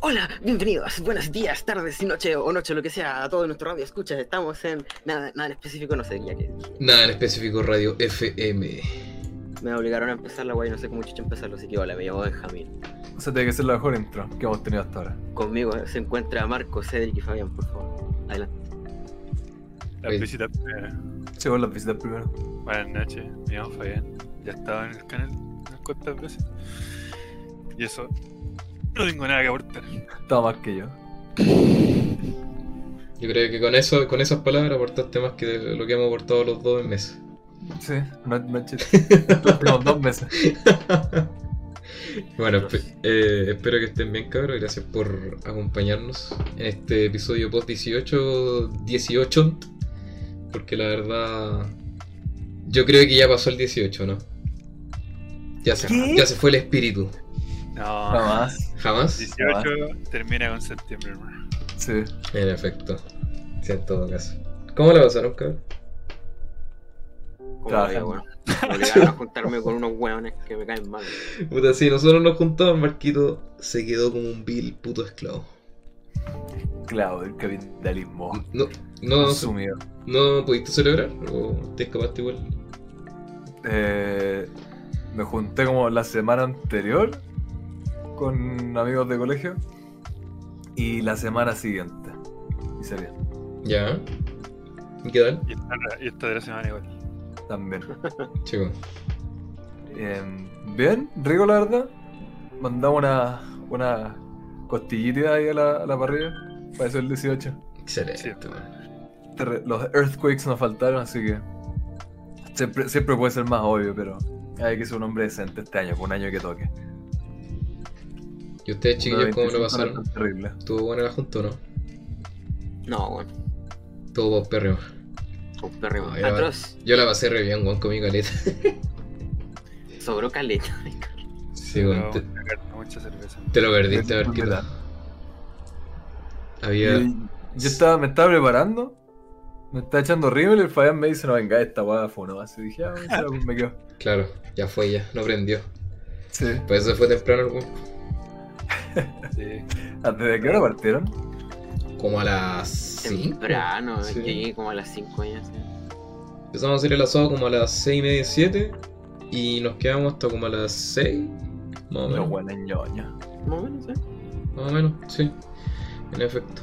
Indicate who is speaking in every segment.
Speaker 1: Hola, bienvenidos, buenos días, tardes y noche o noche, lo que sea, a todo nuestro radio escuchas. Estamos en nada, nada en específico, no sé ya que
Speaker 2: Nada en específico, Radio FM.
Speaker 1: me obligaron a empezar la guay, no sé cómo chucha empezarlo, así que hola, me llamo Benjamín.
Speaker 3: O sea, tiene que ser la mejor intro que hemos tenido hasta ahora.
Speaker 1: Conmigo se encuentra Marco, Cedric y Fabián, por favor. Adelante.
Speaker 4: Las
Speaker 2: Oye.
Speaker 4: visitas. eh,
Speaker 3: Sí, vos las visitas primero.
Speaker 4: buenas noches, me llamo Fabián. Ya estaba en el canal unas cuantas veces. Y eso, no tengo nada que aportar.
Speaker 3: Estaba más que yo.
Speaker 2: Yo creo que con eso, con esas palabras aportaste más que lo que hemos aportado los dos en mesa.
Speaker 3: Sí, no, no es chiste. Los últimos dos meses.
Speaker 2: Bueno, espe- eh, espero que estén bien, cabros. Gracias por acompañarnos en este episodio post 18, 18. Porque la verdad, yo creo que ya pasó el 18, ¿no? Ya se,
Speaker 3: ¿Qué?
Speaker 2: ya se fue el espíritu.
Speaker 4: No,
Speaker 3: Nada más.
Speaker 2: ¿Jamás?
Speaker 4: 18 termina con septiembre, hermano.
Speaker 3: Sí.
Speaker 2: En efecto. Sí, en todo caso. ¿Cómo la pasaron, cabrón?
Speaker 1: ¿Cómo
Speaker 3: Trabajando.
Speaker 1: voy, weón? Me obligaron a juntarme con unos hueones que me caen mal.
Speaker 2: Puta, sí, nosotros nos juntamos, Marquito se quedó como un vil puto esclavo.
Speaker 3: Claro, el capitalismo.
Speaker 2: No, no, no,
Speaker 3: Consumido.
Speaker 2: no pudiste celebrar o te escapaste igual.
Speaker 3: Eh, me junté como la semana anterior con amigos de colegio y la semana siguiente. Y se bien,
Speaker 2: Ya. ¿Y qué tal?
Speaker 4: Y esta, y esta de la semana igual.
Speaker 3: también.
Speaker 2: Chico.
Speaker 3: Eh, bien, rico la verdad. Mandamos una, una costillita ahí a la, a la parrilla para eso el 18.
Speaker 4: Sí.
Speaker 2: Excelente, man.
Speaker 3: Terre- Los earthquakes nos faltaron, así que siempre, siempre puede ser más obvio, pero hay que ser un hombre decente este año, por un año que toque. este
Speaker 2: ¿Y ustedes, chiquillos, cómo lo
Speaker 3: 25 no es
Speaker 2: pasaron?
Speaker 3: tan Terrible.
Speaker 2: ¿Estuvo buena la junta o no?
Speaker 1: No, weón.
Speaker 2: Todo perreo.
Speaker 1: Un perro
Speaker 2: No, ya va.
Speaker 1: atroz.
Speaker 2: Yo la pasé re bien, Juan, con mi caleta.
Speaker 1: Sobró caleta.
Speaker 2: Sí, Juan.
Speaker 4: Pero
Speaker 2: Te,
Speaker 4: me encanta mucha cerveza.
Speaker 2: te lo perdiste,
Speaker 3: Gracias por
Speaker 2: Marquito.
Speaker 3: invitar.
Speaker 2: Había.
Speaker 3: Y yo estaba, me estaba preparando, me estaba echando horrible y el Fabián me dice, no, venga, esta hueá fue una base. Y dije, ah, ya, pues, me quedo.
Speaker 2: Claro, ya fue ya, no prendió.
Speaker 3: Sí.
Speaker 2: Por eso se fue temprano, Juan.
Speaker 4: Sí.
Speaker 3: ¿Antes de qué hora partieron?
Speaker 2: Como a las 5.
Speaker 1: Temprano,
Speaker 2: Sí.
Speaker 1: llegué como a las 5 años.
Speaker 2: Empezamos a hacer el asado como a las 6 y media, 7. Y nos quedamos hasta como a las 6. Más o
Speaker 3: Los
Speaker 2: menos.
Speaker 3: buenos ñoños.
Speaker 1: Más o menos, ¿eh?
Speaker 2: Más o menos, sí. En efecto.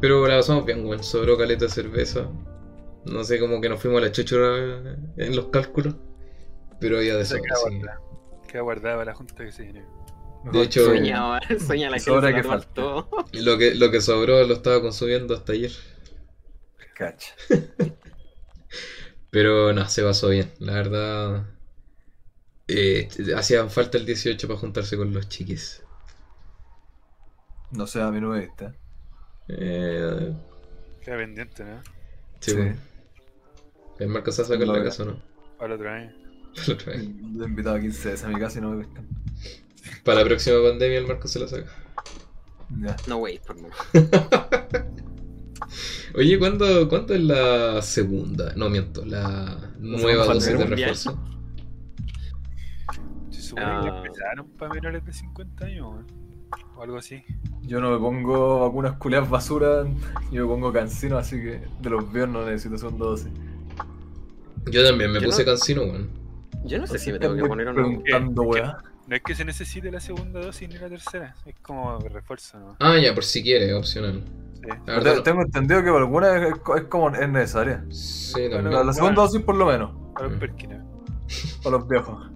Speaker 2: Pero la pasamos bien, weón. Sobró caleta de cerveza. No sé, como que nos fuimos a la chochora eh, en los cálculos. Pero había de
Speaker 4: Esa
Speaker 2: sobra,
Speaker 4: queda
Speaker 2: así que-
Speaker 4: guardada. Queda guardada para la junta que se viene.
Speaker 3: Mejor
Speaker 2: hecho-
Speaker 3: sueño.
Speaker 1: Soñaba, soñaba la
Speaker 3: Es hora
Speaker 1: gente
Speaker 3: que
Speaker 1: tomar
Speaker 3: falta.
Speaker 1: todo.
Speaker 2: Y Lo que, lo que sobró lo estaba consumiendo hasta ayer.
Speaker 3: Cacha.
Speaker 2: Pero no, se pasó bien. La verdad. Eh, hacían falta el 18 para juntarse con los chiquis.
Speaker 3: No sé, a mí no me viste.
Speaker 2: Eh,
Speaker 4: Queda pendiente, ¿no?
Speaker 2: sí,
Speaker 3: Sí.
Speaker 2: weón. El Marco se va a sacar la
Speaker 3: Logra.
Speaker 2: casa, ¿no?
Speaker 4: Para el otro año.
Speaker 2: La otra vez.
Speaker 3: Lo he invitado a 15 veces a mi casa y no me pescan.
Speaker 2: Para la próxima pandemia el Marco se la saca.
Speaker 3: Ya.
Speaker 1: No, wey, por menos.
Speaker 2: Oye, ¿cuándo, ¿cuándo es la segunda? No miento, la nueva
Speaker 3: segunda
Speaker 2: dosis de
Speaker 1: pandemia.
Speaker 2: refuerzo.
Speaker 4: Se supone que
Speaker 1: Ah.
Speaker 4: empezaron para menores de 50 años, weón. O algo así.
Speaker 3: Yo no me pongo vacunas culeas basura, yo me pongo cancino, así que de los viernes no necesito segunda dosis.
Speaker 2: Yo también me
Speaker 1: Yo
Speaker 2: puse
Speaker 1: no-
Speaker 2: cansino, weón.
Speaker 1: Yo no sé si me
Speaker 3: Entonces,
Speaker 1: tengo que
Speaker 3: estoy
Speaker 1: poner o no.
Speaker 3: preguntando,
Speaker 4: ¿Qué?
Speaker 3: weá.
Speaker 4: No es que se necesite la segunda dosis ni la tercera. Es como refuerzo, ¿no?
Speaker 2: Ah, ya, por si quiere, opcional.
Speaker 4: Sí.
Speaker 2: La
Speaker 3: Te-
Speaker 2: verdad,
Speaker 3: Tengo entendido que para algunas es, es como es necesaria.
Speaker 2: no- sí,
Speaker 4: Bueno,
Speaker 3: La,
Speaker 2: también.
Speaker 3: la segunda dosis por lo menos,
Speaker 4: Para
Speaker 2: Mm.
Speaker 4: un perquino.
Speaker 3: para los viejos.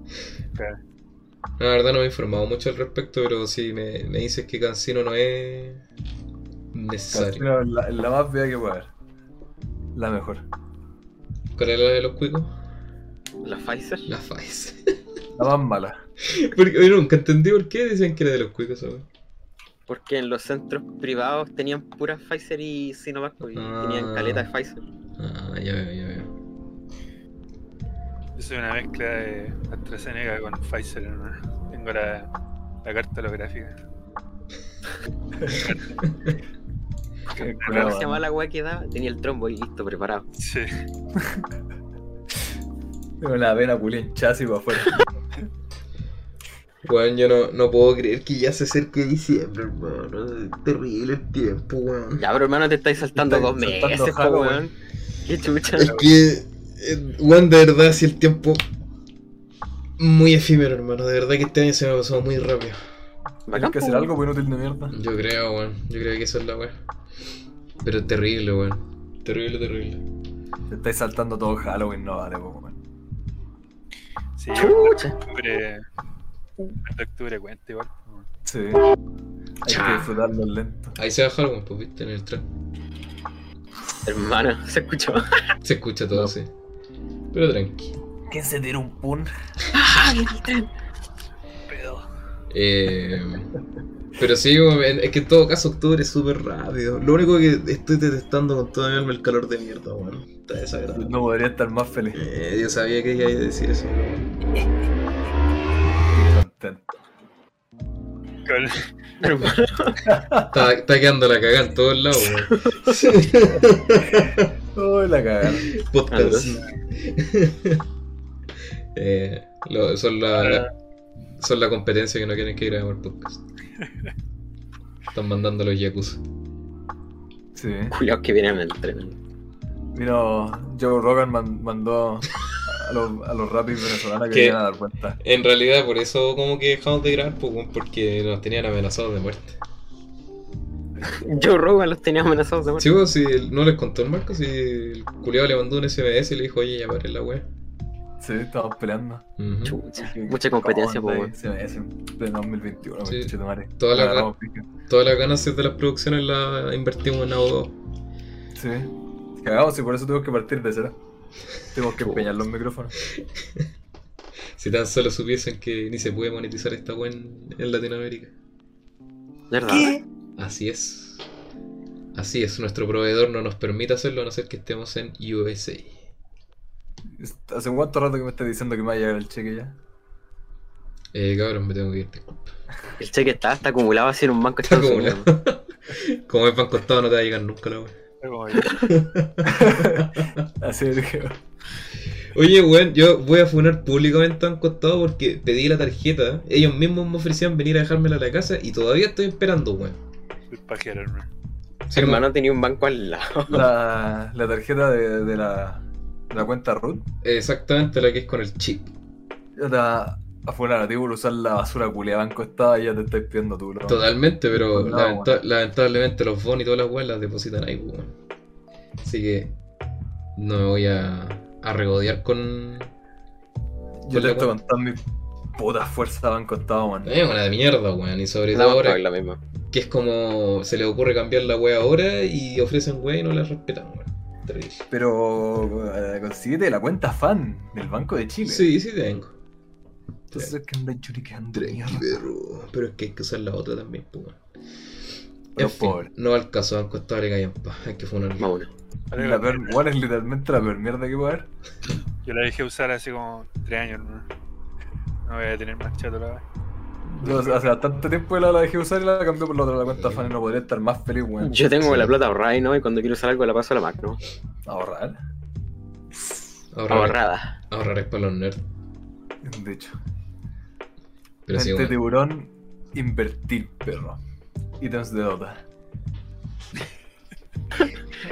Speaker 2: La verdad no me he informado mucho al respecto, pero si me, me dices que cansino no es necesario.
Speaker 3: Cancino es la, es la más vieja que puede haber. La mejor.
Speaker 2: ¿Cuál es la de los cuicos?
Speaker 1: La Pfizer.
Speaker 2: La Pfizer.
Speaker 3: La más mala.
Speaker 2: Porque oye, nunca entendí por qué decían que era de los cuicos, ¿sabes?
Speaker 1: Porque en los centros privados tenían pura Pfizer y Sinovac y
Speaker 2: Ah.
Speaker 1: tenían caleta de Pfizer.
Speaker 2: Ah, ya veo, ya veo.
Speaker 4: Yo soy una mezcla de AstraZeneca con Pfizer, hermano. Tengo la, la carta holográfica.
Speaker 3: Qué
Speaker 1: ¿Cómo
Speaker 3: culeado,
Speaker 1: se llamaba la weá que daba? Tenía el trombo y listo, preparado.
Speaker 4: Sí.
Speaker 3: Tengo la vena culia hinchada así para afuera.
Speaker 2: Weón, yo no, no puedo creer que ya se acerque diciembre, hermano. Es terrible el tiempo, weón.
Speaker 1: Ya, pero hermano, te estáis saltando
Speaker 3: Estáis
Speaker 1: dos
Speaker 3: saltando
Speaker 1: meses, po,
Speaker 3: Halloween.
Speaker 1: weón. Qué chucha.
Speaker 2: Es que, eh, weón, de verdad, si el tiempo. Muy efímero, hermano. De verdad que este año se me ha pasado muy rápido.
Speaker 1: Bacán,
Speaker 3: Tienes
Speaker 1: po,
Speaker 3: que hacer
Speaker 1: weón.
Speaker 3: algo por inútil de mierda.
Speaker 2: Yo creo, weón. Yo creo que eso es la weón. Pero terrible, weón. Terrible, terrible.
Speaker 3: Te estáis saltando todo Halloween, no vale, po, weón.
Speaker 4: Sí,
Speaker 1: Chucha.
Speaker 4: octubre. De octubre cuenta igual.
Speaker 3: Sí. Hay que
Speaker 2: Chao.
Speaker 3: disfrutarlo lento.
Speaker 2: Ahí se baja Halloween, pues, viste, en el tren.
Speaker 1: Hermano, se escuchó.
Speaker 2: Se escucha todo,
Speaker 3: No.
Speaker 2: sí. Pero tranqui.
Speaker 3: ¿Quién se tiró un pun?
Speaker 4: Pedo.
Speaker 2: Eh, pero sí, weón, es que en todo caso octubre es súper rápido. Lo único que estoy detestando con todo mi alma es el calor de mierda, weón. Está desagradable.
Speaker 3: No podría estar más feliz.
Speaker 2: Eh, yo sabía que iba a decir eso.
Speaker 3: Estoy contento.
Speaker 4: Con-
Speaker 1: Hermano,
Speaker 2: Está, está quedando la cagada en todos lados, weón.
Speaker 3: Uy, la cagada.
Speaker 2: Podcast.
Speaker 1: Adiós.
Speaker 2: Eh, lo- son, la, la- son la competencia que no quieren que grabemos el podcast. Están mandando los yakuza.
Speaker 3: Sí.
Speaker 1: culiados que vienen en el tren.
Speaker 3: Vino Joe Rogan man- mandó a los, a los rapis venezolanos que
Speaker 2: ¿Qué?
Speaker 3: vinieran a dar cuenta.
Speaker 2: En realidad, por eso como que dejamos de grabar, pues, weón, porque nos tenían amenazados de muerte.
Speaker 1: Joe Rogan los tenía amenazados de muerte.
Speaker 2: Sí, si no les contó el Marco, si el culiado le mandó un SMS y le dijo, oye, ya paré la wea.
Speaker 3: Sí, estamos peleando.
Speaker 2: Ujú.
Speaker 1: Chucha. Mucha competencia, po,
Speaker 3: ¿Cómo
Speaker 1: weón.
Speaker 3: andáis? Se me hace un pleno 2021,
Speaker 2: Sí.
Speaker 3: conchetumare.
Speaker 2: Toda la-
Speaker 3: Agarramos pica.
Speaker 2: Todas las ganancias de las producciones las invertimos en audio.
Speaker 3: Sí. Cagamos y por eso tuvimos que partir de cero. Tuvimos que empeñar los micrófonos.
Speaker 2: Si tan solo supiesen que ni se puede monetizar esta wea en, en Latinoamérica.
Speaker 1: ¿Verdad?
Speaker 2: Así es. Así es, nuestro proveedor no nos permite hacerlo a no ser que estemos en USA.
Speaker 3: ¿Hace cuánto rato que me estás diciendo que me va a llegar el cheque ya?
Speaker 2: Eh, cabrón, me tengo que ir. disculpa.
Speaker 1: El cheque está, está acumulado así en un banco de
Speaker 2: Está
Speaker 1: Estados
Speaker 2: como,
Speaker 1: Unidos.
Speaker 2: como es banco estado, no te va a llegar nunca la wea.
Speaker 4: Como que-
Speaker 3: Así es que.
Speaker 2: Oye, weón, yo voy a funar públicamente a Banco Estado porque pedí la tarjeta. Ellos mismos me ofrecían venir a dejármela a la casa y todavía estoy esperando, weón.
Speaker 4: el pajero, hermano.
Speaker 2: Sí,
Speaker 1: Hermano tenía un banco al lado.
Speaker 3: La, la tarjeta de, de la, de la cuenta root.
Speaker 2: Exactamente la que es con el chip.
Speaker 3: Ya te va a funar a ti por usar la basura culia banco estaba y ya te estáis pidiendo tú, ¿no?
Speaker 2: Totalmente, pero
Speaker 3: No,
Speaker 2: lamenta- lamentablemente los bonos y todas las weas las depositan ahí, weón. Así que no me voy a, a regodear con.
Speaker 3: Yo
Speaker 2: con la
Speaker 3: le
Speaker 2: cuenta.
Speaker 3: estoy contando mi puta fuerza a banco estaba, man.
Speaker 2: Es una de mierda, weón. Y sobre
Speaker 1: La
Speaker 2: todo
Speaker 1: banca
Speaker 2: ahora
Speaker 1: es la misma.
Speaker 2: que es como se les ocurre cambiar la wea ahora y ofrecen wea y no la respetan, weón. Terrible.
Speaker 3: Pero eh, consíguete la cuenta fan del Banco de Chile.
Speaker 2: Sí, sí tengo.
Speaker 3: Entonces es que andan churiqueando.
Speaker 2: Tranqui,
Speaker 3: mierda.
Speaker 2: perro. Pero es que hay que usar la otra también, pues. weón.
Speaker 3: Pero
Speaker 2: En fin,
Speaker 3: pobre.
Speaker 2: no al caso, Banco Estado le caían pa. Hay que funar.
Speaker 1: Vámonos.
Speaker 3: La peor, igual es literalmente la peor mierda que puede haber.
Speaker 4: Yo la dejé usar hace como 3 años, hermano. No voy a tener más chato la vez.
Speaker 3: Yo hace bastante tiempo la, la dejé usar y la cambié por la otra, la cuenta fan, y no podría estar más feliz, weón.
Speaker 1: Yo tengo
Speaker 2: Sí.
Speaker 1: la plata ahorrada y no, y cuando quiero usar algo la paso a la macro.
Speaker 3: Ahorrar,
Speaker 2: Ahorrar,
Speaker 1: Ahorrada.
Speaker 2: ahorrar es para los nerds.
Speaker 3: de hecho.
Speaker 2: Pero sí,
Speaker 3: Mente
Speaker 2: weón.
Speaker 3: tiburón, invertir, perro. Ítems de Dota.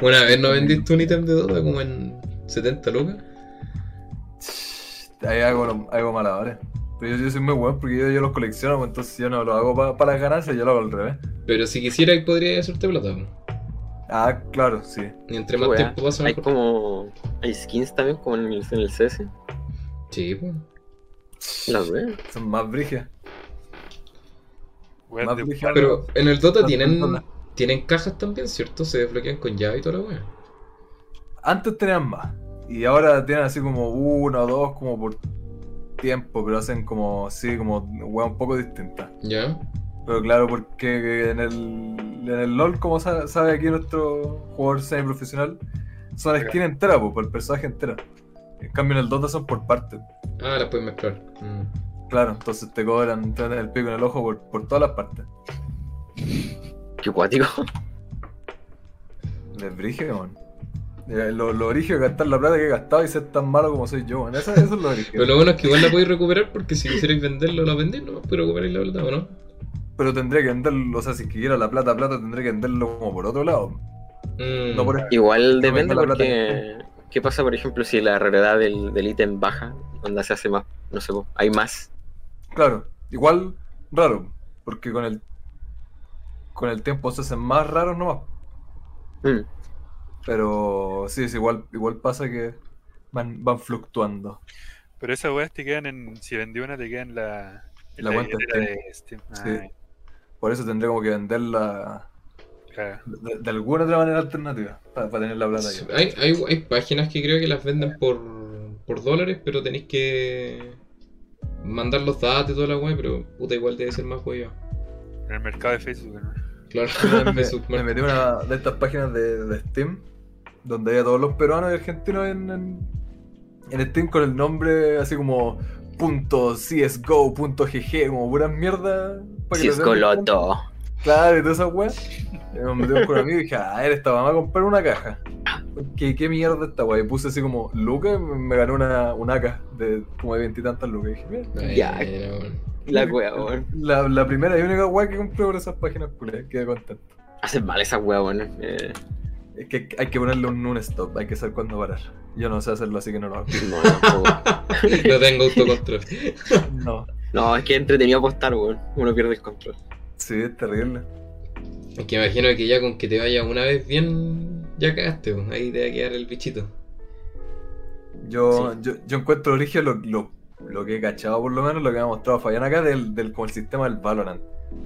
Speaker 2: Una vez no vendiste un ítem de Dota como en 70 lucas.
Speaker 3: Ahí hago, hago malabares. Pero yo, yo soy muy bueno porque yo, yo los colecciono, pues, entonces yo no los hago para las ganancias, yo lo hago al revés.
Speaker 2: Pero si quisieras podría hacerte plata. weón.
Speaker 3: Ah, claro, sí.
Speaker 2: Y entre más
Speaker 1: Weá,
Speaker 2: tiempo pasa
Speaker 1: ah, Hay
Speaker 2: mejor.
Speaker 1: como. Hay skins también, como en el, en el CS.
Speaker 2: Sí, pues.
Speaker 1: Las veo.
Speaker 3: Son más brigias.
Speaker 4: Weón
Speaker 3: Más
Speaker 4: de-
Speaker 3: brigias.
Speaker 2: Pero en el Dota
Speaker 3: Más
Speaker 2: tienen,
Speaker 3: personas.
Speaker 2: tienen cajas también, ¿cierto? Se desbloquean con llave y toda la wea.
Speaker 3: Antes tenían más. Y ahora tienen así como uno o dos como por tiempo, pero hacen como, sí, como weá un poco distinta.
Speaker 2: ¿Ya?
Speaker 3: Pero claro, porque en el, en el LOL, como sa- sabe aquí nuestro jugador semiprofesional, son
Speaker 4: Claro.
Speaker 3: skin entera, pues, para el personaje entera. En cambio en el Dota son por partes.
Speaker 2: Ah, las puedes mezclar. Mm.
Speaker 3: Claro, entonces te cobran, te meten el pico en el ojo por, por todas las partes.
Speaker 1: Qué cuático.
Speaker 3: Les brige, weón. Eh, Lo, lo origen es gastar la plata que he gastado y ser tan malo como soy yo, weón. Eso, eso es lo origen.
Speaker 2: Pero lo bueno es que igual la podéis recuperar porque si quisierais venderlo, la vendéis, no, pero recuperáis la plata, ¿o no?
Speaker 3: Pero tendría que venderlo, o sea, si quiera la plata, plata, tendría que venderlo como por otro lado.
Speaker 2: Mm,
Speaker 3: No por
Speaker 1: Igual depende
Speaker 3: la plata
Speaker 1: porque. ¿Qué pasa, por ejemplo, si la raridad del, del ítem baja? Onda se hace más, no sé, po, hay más.
Speaker 3: Claro, igual raro, porque con el con el tiempo se hacen más raros nomás.
Speaker 1: Mm.
Speaker 3: Pero sí, es igual, igual pasa que van, van fluctuando.
Speaker 4: Pero esas weas te quedan en. Si vendí una, te quedan en la. en
Speaker 3: La cuenta
Speaker 4: billetera
Speaker 3: Steam.
Speaker 4: de Steam.
Speaker 3: Sí. Por eso tendré como que venderla
Speaker 4: Ah, claro.
Speaker 3: de, de alguna otra manera alternativa para, tener la plata ahí.
Speaker 2: hay, hay, hay páginas que creo que las venden por, por dólares, pero tenéis que mandar los datos y toda la web, pero puta, igual debe ser más huevo.
Speaker 4: En el mercado de Facebook, ¿no?
Speaker 2: Claro,
Speaker 3: Una vez
Speaker 2: Facebook
Speaker 3: me, me
Speaker 2: Market.
Speaker 3: metí en una de estas páginas de, de Steam donde había todos los peruanos y argentinos en, en, en Steam con el nombre así como punto .csgo, punto .gg, como puras mierdas. para que
Speaker 1: Si
Speaker 3: les
Speaker 1: es
Speaker 3: den descuento.
Speaker 1: coloto.
Speaker 3: Claro, y toda esa weá. Y Nos metimos con un amigo y dije, "Ah, a ver, esta mamá a comprar una caja. ¿Qué, qué mierda esta weá? Y puse así como, Lucas, me me ganó una, una caja de como de veintitantas lucas. Y dije, mira.
Speaker 1: Ya.
Speaker 2: Bueno, bueno.
Speaker 1: La wea, weón.
Speaker 3: La, la primera y única weá que compré por esas páginas culias, quedé contento.
Speaker 1: Hacen mal esa wea, weón. Eh,
Speaker 3: Es que hay que ponerle un non-stop, hay que saber cuándo parar. Yo no sé hacerlo, así que no lo hago.
Speaker 1: no, no,
Speaker 2: No tengo autocontrol.
Speaker 3: No.
Speaker 1: no, es que es entretenido apostar, weón. Uno pierde el control.
Speaker 3: Sí, es terrible.
Speaker 2: Es que imagino que ya con que te vaya una vez bien, ya cagaste, pues, ahí te va a quedar el bichito.
Speaker 3: Yo, yo, yo encuentro origen lo, lo, lo que he cachado por lo menos, lo que me ha mostrado Fabián acá del, del como el sistema del Valorant.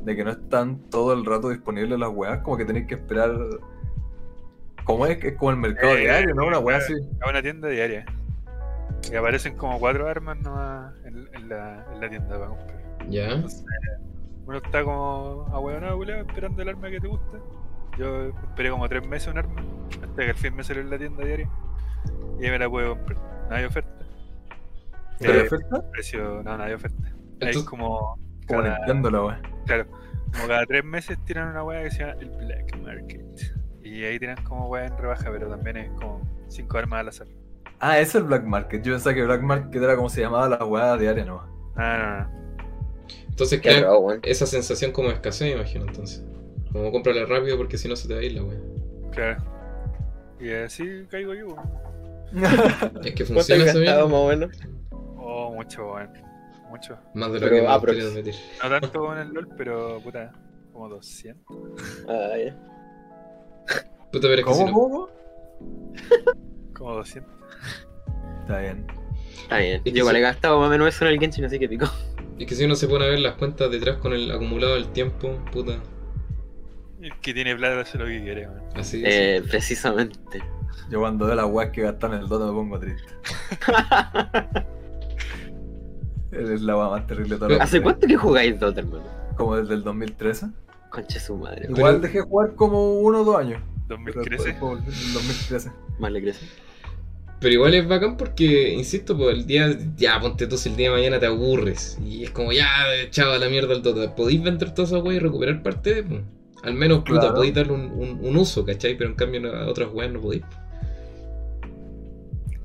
Speaker 3: De que no están todo el rato disponibles las weas, como que tenéis que esperar. Como es? Es como el mercado
Speaker 4: Eh,
Speaker 3: diario, ¿no? Una wea así.
Speaker 2: eh,
Speaker 4: a una tienda diaria. Y aparecen como cuatro armas nomás en, en la, en la tienda para comprar.
Speaker 2: Ya.
Speaker 4: Uno está como ahueonado, culiao, esperando el arma que te gusta. Yo esperé como tres meses un arma, hasta que al fin me salió en la tienda diaria. Y ahí me la pude comprar. No hay oferta.
Speaker 3: Pero la
Speaker 4: Eh,
Speaker 3: oferta,
Speaker 4: precio, no, no hay oferta. es
Speaker 2: Entonces,
Speaker 4: como
Speaker 3: como
Speaker 4: cada-
Speaker 3: limpiando la wea.
Speaker 4: Como cada tres meses tiran una weá que se llama el Black Market. Y ahí tiran como weá en rebaja, pero también es como cinco armas al azar.
Speaker 3: Ah, ese es el Black Market. Yo pensaba que Black Market era como se llamaba la wea diaria, ¿no?
Speaker 4: Ah, no, no.
Speaker 2: entonces
Speaker 1: Qué
Speaker 2: crean
Speaker 1: raro, weón.
Speaker 2: esa sensación como de escasez, me imagino, entonces. Como cómprale rápido porque si no se te va a ir la wea.
Speaker 4: Claro. Y así caigo yo. weón.
Speaker 2: Es
Speaker 1: ¿Cuánto
Speaker 2: que
Speaker 1: has
Speaker 2: funciona eso bien.
Speaker 1: gastado más o menos?
Speaker 4: Oh, mucho, weón. Mucho.
Speaker 2: Más de lo
Speaker 1: Pero
Speaker 2: que me
Speaker 1: aprox.
Speaker 2: gustaría admitir.
Speaker 4: No tanto con el LOL, pero puta, como 200.
Speaker 1: Ah, ya.
Speaker 2: Puta, pero es que si
Speaker 3: ¿Cómo,
Speaker 2: no,
Speaker 3: cómo?
Speaker 4: Como 200.
Speaker 3: Está bien.
Speaker 1: Está bien.
Speaker 2: que
Speaker 1: Yo igual
Speaker 2: sí.
Speaker 1: he gastado más o menos eso en el Genshin, así que pico.
Speaker 2: es que si uno se pone a ver las cuentas detrás con el acumulado del tiempo, puta.
Speaker 4: El que tiene plata hace lo que quiere, weón.
Speaker 2: Así es.
Speaker 1: Eh, precisamente.
Speaker 3: Yo cuando veo las weas que gastan en el Dota me pongo triste. es la wea más terrible de toda la
Speaker 1: ¿Hace
Speaker 3: vida.
Speaker 1: cuánto que jugáis Dota, hermano?
Speaker 3: Como desde el 2013.
Speaker 1: Concha su madre. weón.
Speaker 3: Igual dejé jugar como uno o dos años. Pero después
Speaker 4: 2013.
Speaker 3: puedo volver en 2013.
Speaker 1: Más le crece.
Speaker 2: Pero igual es bacán porque, insisto, por el día, ya ponte tú si el día de mañana te aburres. Y es como, ya, chava la mierda al Dota. Podéis vender toda esa wea y recuperar parte de. po. Al menos, puta,
Speaker 3: Claro.
Speaker 2: podéis darle un, un- un uso, ¿cachai? Pero en cambio no- a otras weas no podéis.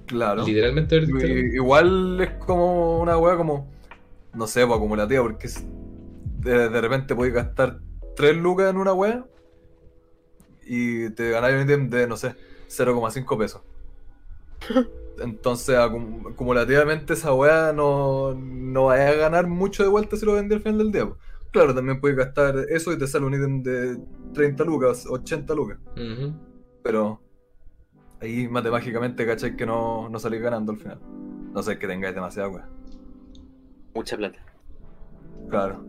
Speaker 3: Claro.
Speaker 2: Literalmente
Speaker 3: Y-
Speaker 2: ahorita-
Speaker 3: Igual es como una wea como. No sé, pues, acumulativa, porque es- de, de repente podéis gastar 3 lucas en una wea y te ganáis un ítem de, no sé, 0,5 pesos. Entonces, acum- acumulativamente esa wea no, no vaya a ganar mucho de vuelta si lo vendí al final del día. pues. Claro, también podéis gastar eso y te sale un ítem de 30 lucas, 80 lucas.
Speaker 2: Ujú.
Speaker 3: pero ahí matemáticamente cachai que no, no salís ganando al final. No sé que tengáis demasiada wea.
Speaker 1: Mucha plata.
Speaker 3: Claro.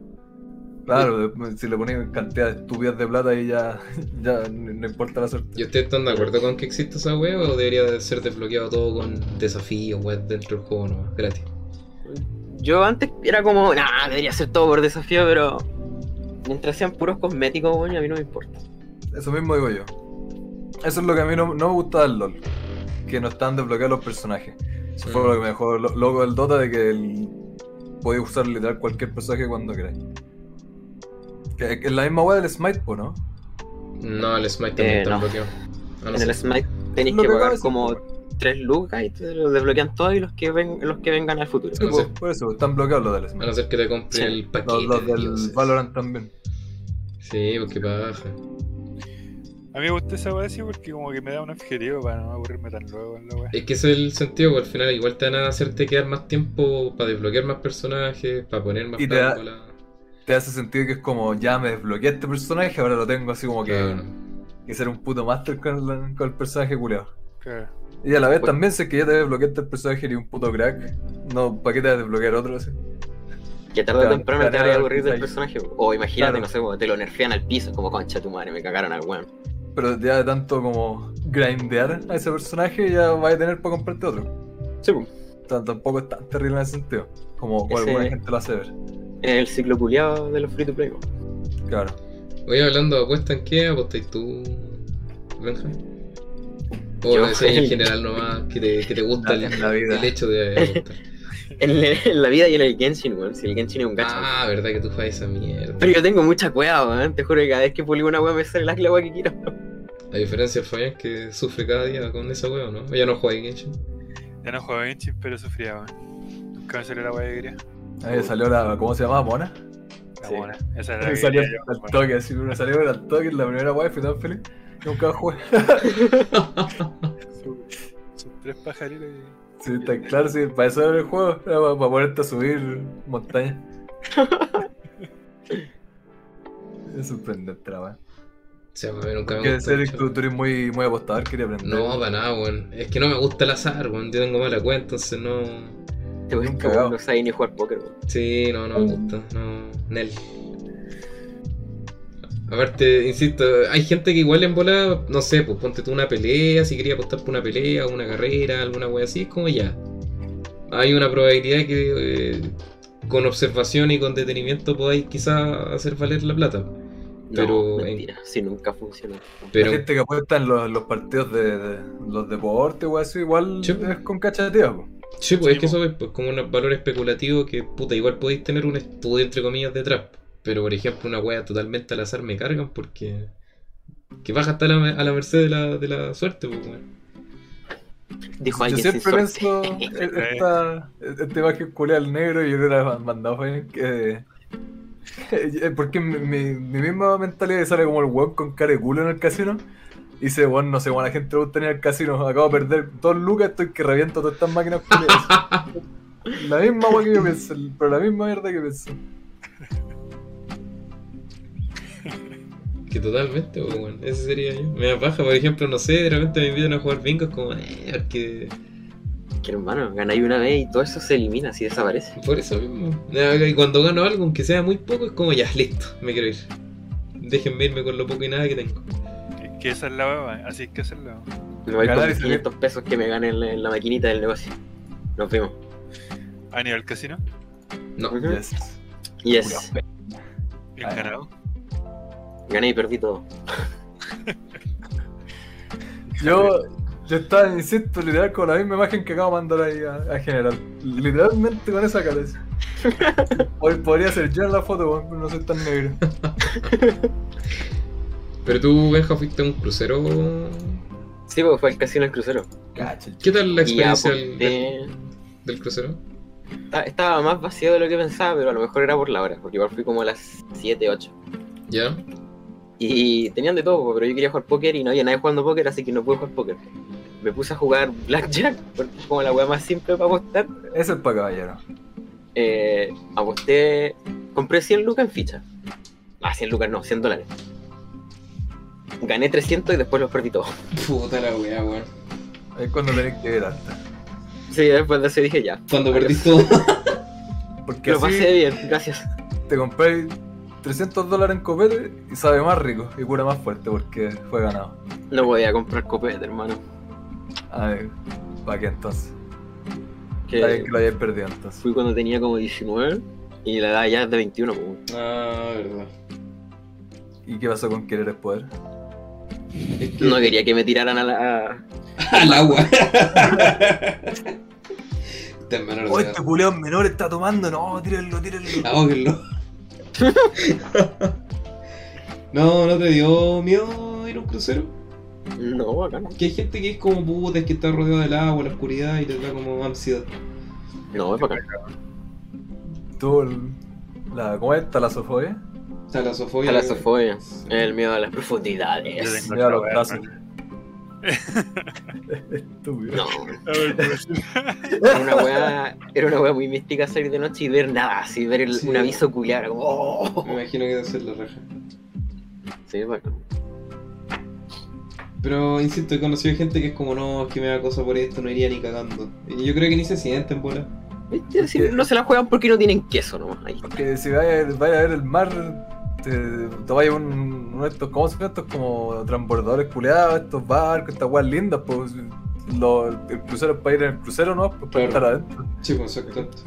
Speaker 3: Claro, si le ponéis cantidades estúpidas de plata y ya, ya no no importa la suerte.
Speaker 2: ¿Y ustedes están de acuerdo con que exista esa wea o debería de ser desbloqueado todo con desafíos, web dentro del juego nomás? Gratis.
Speaker 1: Yo antes era como, nah, debería ser todo por desafío, pero. Mientras sean puros cosméticos, weón, a mí no me importa.
Speaker 3: Eso mismo digo yo. Eso es lo que a mí no, no me gusta del LOL. Que no están desbloqueados los personajes. Eso fue
Speaker 2: Mm.
Speaker 3: lo que me dejó lo- loco del Dota de que el- podéis usar literal cualquier personaje cuando queráis. Que que es la misma wea del Smite, po, ¿no?
Speaker 2: No, el Smite también
Speaker 1: Eh,
Speaker 2: está
Speaker 1: no.
Speaker 2: bloqueado. Ah, no
Speaker 1: en
Speaker 2: sé.
Speaker 1: el Smite Tenéis
Speaker 3: Lo
Speaker 1: que
Speaker 3: que acabo de
Speaker 1: pagar
Speaker 3: decir,
Speaker 1: como
Speaker 3: pues,
Speaker 1: tres lucas y te los desbloquean todos y los que, ven, los que vengan al futuro.
Speaker 2: Sí,
Speaker 3: pues, Por eso, están bloqueados los del
Speaker 2: Van a
Speaker 3: Smash.
Speaker 2: hacer que te compre
Speaker 1: Sí.
Speaker 2: el paquete.
Speaker 3: Los, los
Speaker 2: de
Speaker 3: del
Speaker 2: dioses.
Speaker 3: Valorant también.
Speaker 2: Sí, porque baja.
Speaker 3: pues,
Speaker 4: A mí me gusta esa weá así porque como que me da un objetivo para no aburrirme tan luego en la weá.
Speaker 2: Es que ese es el sentido, porque al final igual te van a hacerte quedar más tiempo para desbloquear más personajes, para poner más
Speaker 3: Y te da-
Speaker 2: párvulas.
Speaker 3: Te hace sentir que es como, ya me desbloqueé este personaje, ahora lo tengo así como que...
Speaker 2: Claro.
Speaker 3: que ser un puto master con, la- con el personaje culeado.
Speaker 4: Claro.
Speaker 3: Y a la vez también sé que ya te desbloqueaste el personaje y un puto crack. No, ¿para qué te vas a desbloquear otro? así?
Speaker 1: Que tarde o
Speaker 3: Claro,
Speaker 1: temprano te
Speaker 3: planear
Speaker 1: vas a aburrir del
Speaker 3: ahí.
Speaker 1: personaje. po. O imagínate,
Speaker 3: Claro.
Speaker 1: no sé, po, te lo nerfean al piso, como concha tu madre, me cagaron al weón.
Speaker 3: Pero ya de tanto como grindear a ese personaje, ya vas a tener para comprarte otro.
Speaker 1: Sí, po.
Speaker 3: Tan- tampoco es tan terrible en ese sentido. Como
Speaker 1: Ese-
Speaker 3: alguna gente lo hace ver.
Speaker 1: Es el ciclo culiado de los free to play. po.
Speaker 3: Claro.
Speaker 2: Oye, hablando de apuestas, ¿en qué apostáis tú, Benja? O
Speaker 1: Yo-
Speaker 2: lo decís en general nomás, que te, que te gusta el,
Speaker 3: En la vida.
Speaker 2: el hecho de apostar.
Speaker 1: En, en la vida y en el Genshin, weón. Si el Genshin es un gacha.
Speaker 2: ah, verdad que tú juegas esa mierda.
Speaker 1: Pero yo tengo mucha cueva, weón. Te juro que cada vez que publico una weá me sale la la weá que quiero.
Speaker 2: La diferencia es Fabián que sufre cada día con esa wea, ¿no? Ella no juega en Genshin.
Speaker 4: Ya no jugaba Genshin, pero sufría, weón. Nunca me salió la weá que quería.
Speaker 3: Ahí me salió la. ¿Cómo se llamaba? ¿Mona?
Speaker 4: La
Speaker 1: Sí.
Speaker 4: buena. Esa era la
Speaker 3: Me
Speaker 4: que
Speaker 3: salió
Speaker 4: quería yo,
Speaker 3: al
Speaker 4: weón.
Speaker 3: toque, así. Me salió al toque en la primera guay, fui tan feliz. Nunca jugué.
Speaker 4: Su- Sus tres pajaritos y...
Speaker 3: Sí, está claro, sí. Para eso era el juego. Era para, ponerte a subir montañas. es sorprendente la weá.
Speaker 2: O sea, a mí nunca me
Speaker 3: Que
Speaker 2: gusta
Speaker 3: ser
Speaker 2: mucho.
Speaker 3: tú, tú eres muy, muy apostador, quería aprender.
Speaker 2: No, para nada, weón. Es que no me gusta el azar, weón. Yo tengo mala cuenta, entonces no.
Speaker 1: Te voy
Speaker 3: Bien cagado.
Speaker 1: a no sabes ni jugar póker, weón.
Speaker 2: Sí, no,
Speaker 3: Mm.
Speaker 2: no me gusta. No. Nel. Aparte, insisto, hay gente que igual en bola, no sé, pues ponte tú una pelea, si quería apostar por una pelea, una carrera, alguna wea así, es como ya. Hay una probabilidad que eh, con observación y con detenimiento podáis quizás hacer valer la plata. Pero
Speaker 1: no,
Speaker 2: en-
Speaker 1: mentira, si nunca funciona.
Speaker 2: Pero
Speaker 3: La gente que apuesta en los, los partidos de, de- los deportes o eso, igual
Speaker 2: Sí, po.
Speaker 3: es con cacheteo. po.
Speaker 2: Sí, pues es
Speaker 4: Sí,
Speaker 2: que
Speaker 4: po.
Speaker 2: eso es pues, como un valor especulativo que, puta, igual podéis tener un estudio entre comillas detrás. Pero, por ejemplo, una wea totalmente al azar me cargan porque. Que baja hasta la, a la merced de la, de la suerte, pues, weón.
Speaker 1: Dijo
Speaker 3: Yo
Speaker 1: alguien sin
Speaker 3: siempre
Speaker 1: suerte.
Speaker 3: pienso e- esta, esta imagen culé al negro y yo creo que la han mandado fue que. eh, Porque mi, mi- mi misma mentalidad sale como el weón con cara de culo en el casino. Y dice, weón, no sé, weón, la gente le gusta ir al casino. Acabo de perder dos lucas, estoy que reviento todas estas máquinas culiadas. La misma weón que yo pienso, pero la misma mierda que pienso.
Speaker 2: Que totalmente, pues, weón. Ese sería yo. Me da baja, por ejemplo, no sé, de repente me invitan a jugar bingo, es como, eh, porque.
Speaker 1: Que hermano, ganáis una vez y todo eso se elimina, así desaparece.
Speaker 2: Por eso mismo. Y cuando gano algo, aunque sea muy poco, es como, ya, listo, me quiero ir. Déjenme irme con lo poco y nada que tengo.
Speaker 4: Que- Que esa es la weá, weón. Así es que esa es la weá.
Speaker 1: Me voy
Speaker 3: Ganar
Speaker 1: con
Speaker 3: y
Speaker 1: mis
Speaker 3: salir.
Speaker 1: 500 pesos que me gané en la, en la maquinita del negocio. Nos vemos.
Speaker 4: A nivel casino,
Speaker 2: No.
Speaker 1: Ujú.
Speaker 3: Yes.
Speaker 1: Yes,
Speaker 4: bien
Speaker 3: Ah.
Speaker 4: ganado.
Speaker 1: gané y perdí todo.
Speaker 3: Yo, yo estaba, insisto, literal con la misma imagen que acabo de mandar ahí a, a general. Literalmente con esa cara. así. Hoy podría ser yo en la foto, weón, pero no soy tan negro.
Speaker 2: Pero tú, Benja, fuiste a un crucero.
Speaker 1: Sí, porque fue el casino del crucero.
Speaker 3: Cacha,
Speaker 2: ¿Qué tal la
Speaker 1: Y
Speaker 2: experiencia
Speaker 4: pues, eh,
Speaker 2: del-
Speaker 1: aposté-
Speaker 2: del crucero?
Speaker 1: Esta- Estaba más vacío de lo que pensaba, pero a lo mejor era por la hora, porque igual fui como a las 7, 8.
Speaker 2: ¿Ya?
Speaker 1: Y tenían de todo, pero yo quería jugar póker y no había nadie jugando póker, así que no pude jugar póker. Me puse a jugar Blackjack, porque es como la weá más simple para apostar.
Speaker 3: Eso es para caballero.
Speaker 1: Eh, aposté, compré 100 lucas en ficha. Ah, 100 lucas no, 100 dólares. Gané 300 y después los perdí todos.
Speaker 2: Puta la weá, weón.
Speaker 3: Ahí Es cuando tenés que ver hasta.
Speaker 1: Sí, después de eso dije ya.
Speaker 2: Cuando perdiste todo.
Speaker 3: Porque
Speaker 1: Lo pasé
Speaker 3: así
Speaker 1: bien, gracias.
Speaker 3: te compráis 300 dólares en copete y sabe más rico y cura más fuerte porque fue ganado.
Speaker 1: No podía comprar copete, hermano.
Speaker 3: A ver, ¿para qué entonces?
Speaker 1: Que
Speaker 3: Está bien que lo hayáis perdido entonces.
Speaker 1: fui cuando tenía como 19 y la edad ya es de 21. pues.
Speaker 2: Ah, verdad.
Speaker 3: ¿Y qué pasó con querer es poder?
Speaker 2: Es que
Speaker 1: No quería que me tiraran a la... a-
Speaker 2: al agua. Este hermano lo
Speaker 3: Oh, este culeón menor está tomando, no, tírenlo, tírenlo.
Speaker 2: Ahóguenlo. No, no te dio miedo ir a un crucero.
Speaker 1: No, acá no.
Speaker 2: Que hay gente que es como puta, es que está rodeada del agua, la oscuridad y les da como ansiedad.
Speaker 1: No, es para acá.
Speaker 3: ¿Tú el- la, ¿Cómo es? ¿Talasofobia?
Speaker 2: Talasofobia.
Speaker 1: Talasofobia.
Speaker 2: Sí.
Speaker 1: El miedo a las profundidades.
Speaker 4: Yo
Speaker 3: Mira los
Speaker 4: otra
Speaker 3: brazos.
Speaker 4: weá,
Speaker 3: Estúpido.
Speaker 1: No.
Speaker 4: A ver, pues,
Speaker 1: Era una weá, era una weá muy mística salir de noche y ver nada, así ver el-
Speaker 2: Sí.
Speaker 1: un aviso culiar. Como, oh.
Speaker 2: Me imagino que debe ser la raja.
Speaker 1: Sí, es bacán.
Speaker 2: Pero insisto, he conocido gente que es como, no, es que me da cosa por esto, no iría ni cagando. Y yo creo que ni se sienten, bola.
Speaker 1: ¿Viste? Si no se la juegan porque no tienen queso nomás. Ahí.
Speaker 3: Porque si vaya, vaya a ver el mar, te, te vaya un, uno de estos, ¿cómo se llama? Estos como transbordadores culeados, estos barcos, estas guas lindas, pues lo- el crucero para ir en el crucero, ¿no? Pues para
Speaker 2: Claro.
Speaker 3: estar adentro.
Speaker 2: Sí, pues exacto.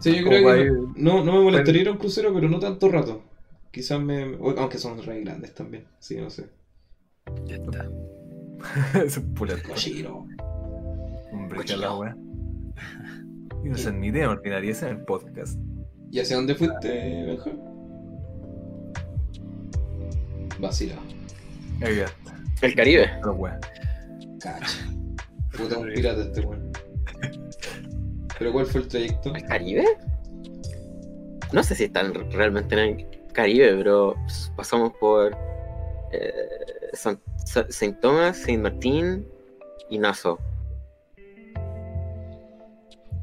Speaker 2: Sí, yo
Speaker 3: Como
Speaker 2: creo
Speaker 3: para
Speaker 2: que
Speaker 3: ir-
Speaker 2: no, no me molestaría ir a un crucero, pero no tanto rato. Quizás me. o- Aunque son re grandes también, sí, no sé.
Speaker 4: ya está.
Speaker 3: es un puleto.
Speaker 2: Cochino.
Speaker 3: Hombre, qué la wea. Y no sé, ni idea, me ordinaría ese en el podcast.
Speaker 2: ¿Y hacia dónde fuiste, Benja? Vacilado.
Speaker 3: Ya, ya,
Speaker 1: El Caribe.
Speaker 3: la wea.
Speaker 2: Cacha. Puta, un pirata este weón. ¿Pero cuál fue el trayecto?
Speaker 1: ¿El Caribe? No sé si están realmente en el Caribe, pero pues, pasamos por eh, San- Sa- Saint Thomas, Saint Martín y Nassau.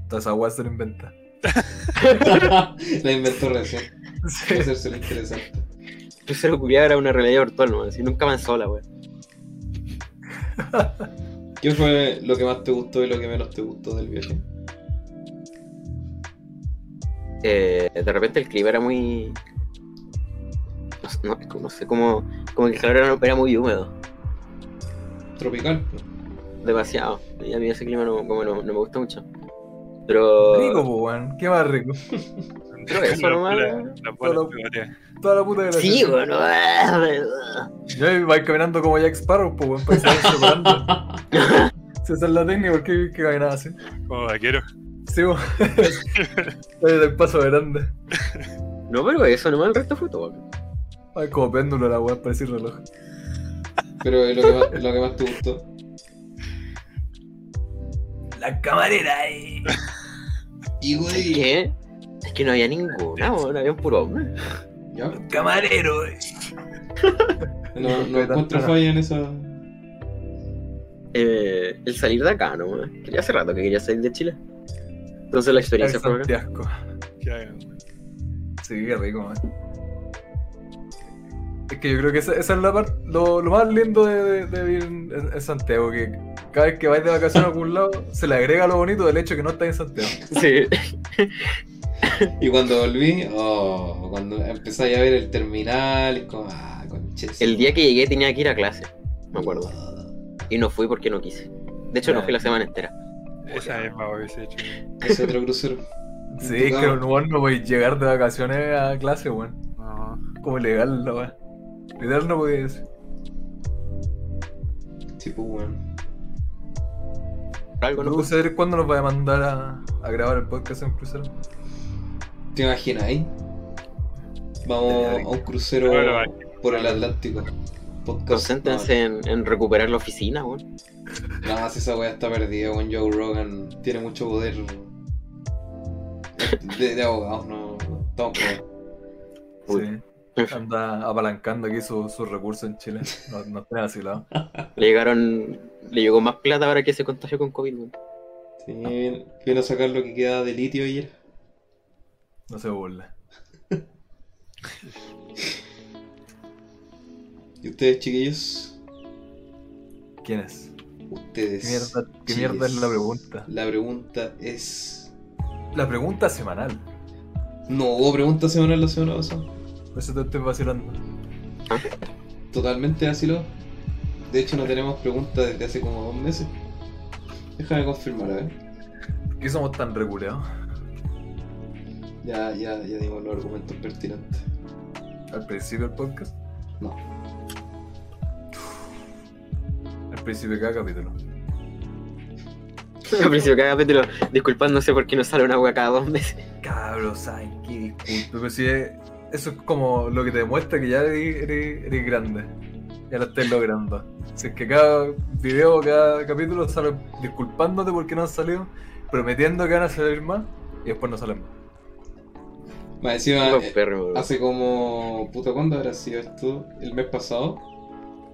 Speaker 3: Toda esa wea se lo inventa.
Speaker 2: La inventó recién.
Speaker 3: Sí.
Speaker 2: Puede hacerse lo interesante.
Speaker 1: El crucero culiar era una realidad virtual, man. Si nunca avanzó la wea.
Speaker 2: ¿Qué fue lo que más te gustó y lo que menos te gustó del viaje?
Speaker 1: eh, de repente el clima era muy. No, sé- no- no sé cómo. Como que el calor era, era muy húmedo,
Speaker 2: Tropical.
Speaker 1: demasiado. Y a mí ese clima no, como no, no me gusta mucho. Pero.
Speaker 3: Rico, pues, weón. Qué más rico.
Speaker 1: Pero eso nomás, weón.
Speaker 4: Las bolas
Speaker 3: Solo-
Speaker 4: pegoteadas.
Speaker 3: Toda la puta gracia.
Speaker 1: Sí, bueno.
Speaker 3: Yo iba caminando como Jack Sparrow, pues, weón, para que se vayan separando. Si esa es la técnica, ¿por qué que caminaba así?
Speaker 4: Como vaquero.
Speaker 3: Sí, weón. Estoy del paso de veranda.
Speaker 1: No, pero eso nomás el resto fue todo. weón.
Speaker 3: Ay, como péndulo la weá, parecía un reloj.
Speaker 2: Pero lo que más, lo que más te gustó.
Speaker 3: La camarera, eh.
Speaker 2: Y
Speaker 1: Es que. Es que no había ninguna, weón, había un puro hombre.
Speaker 2: ¿Ya?
Speaker 3: Camarero, eh.
Speaker 2: No, no encuentro falla en esa.
Speaker 1: Eh, el salir de acá, no, weón. Que ya hace rato que quería salir de Chile. Entonces la experiencia fue acá.
Speaker 3: Santiago.
Speaker 4: que hagan.
Speaker 3: Sí, qué rico, man. Es que yo creo que esa, esa es la parte, lo, lo más lindo de, de- de vivir en, en- en Santiago, que cada vez que vais de vacaciones a algún lado, se le agrega lo bonito del hecho que no estáis en Santiago.
Speaker 1: Sí.
Speaker 2: Y cuando volví, oh, cuando empezáis a ver el terminal, es como, ah, conche.
Speaker 1: El día que llegué tenía que ir a clase, me acuerdo. Y no fui porque no quise. De hecho, no fui la semana entera.
Speaker 4: Esa misma hubiese hecho.
Speaker 2: Ese otro crucero.
Speaker 3: Sí, es que no, weón, no podéis llegar de vacaciones a clase, weón.
Speaker 4: No.
Speaker 3: Como legal, la weá. Literal no podía decir.
Speaker 2: Tipo, pues, weón.
Speaker 1: Por algo no
Speaker 3: No
Speaker 1: puse.
Speaker 3: sé cuándo nos va a mandar a, a grabar el podcast en crucero.
Speaker 2: ¿Te imaginas ahí? Vamos a un crucero por el Atlántico. Podcast.
Speaker 1: Concéntrense en, en recuperar la oficina, weón.
Speaker 2: Nada, si esa weá está perdida, weón. Joe Rogan tiene mucho poder de, de abogados, no. Estamos cagados.
Speaker 1: Uy.
Speaker 3: Sí. Anda apalancando aquí su- sus recursos en Chile. No, no estén asilados.
Speaker 1: Le llegaron. Le llegó más plata ahora que se contagió con COVID, weón.
Speaker 2: Sí, vino- vino a sacar lo que queda de litio ayer.
Speaker 3: No se burla.
Speaker 2: ¿Y ustedes, chiquillos?
Speaker 3: ¿Quién es?
Speaker 2: Ustedes.
Speaker 3: ¿Qué mierda, qué
Speaker 2: chiques.
Speaker 3: mierda es la pregunta?
Speaker 2: La pregunta es.
Speaker 3: La pregunta semanal.
Speaker 2: No hubo pregunta semanal la semana pasada.
Speaker 3: Por eso te estoy vacilando.
Speaker 2: Totalmente ácido. De hecho, no tenemos pregunta desde hace como dos meses. Déjame confirmar, a ver.
Speaker 3: ¿Por qué somos tan reculeados?
Speaker 2: Ya, ya, ya dimos los argumentos pertinentes.
Speaker 3: ¿Al principio del podcast?
Speaker 2: No.
Speaker 3: Al principio de cada capítulo.
Speaker 1: Al principio de cada capítulo, disculpándose porque no sale una agua cada dos meses.
Speaker 3: Cabros, ay, qué disculpe. Pero si es- eso es como lo que te demuestra que ya eres, eres- eres grande. Ya lo estáis logrando. Si es que cada video, cada capítulo sale disculpándote porque no han salido, prometiendo que van a salir más y después no salen más.
Speaker 2: Más encima,
Speaker 1: Los
Speaker 2: eh,
Speaker 1: perros, weón.
Speaker 2: hace como. puta, ¿cuándo habrá sido esto? El mes pasado.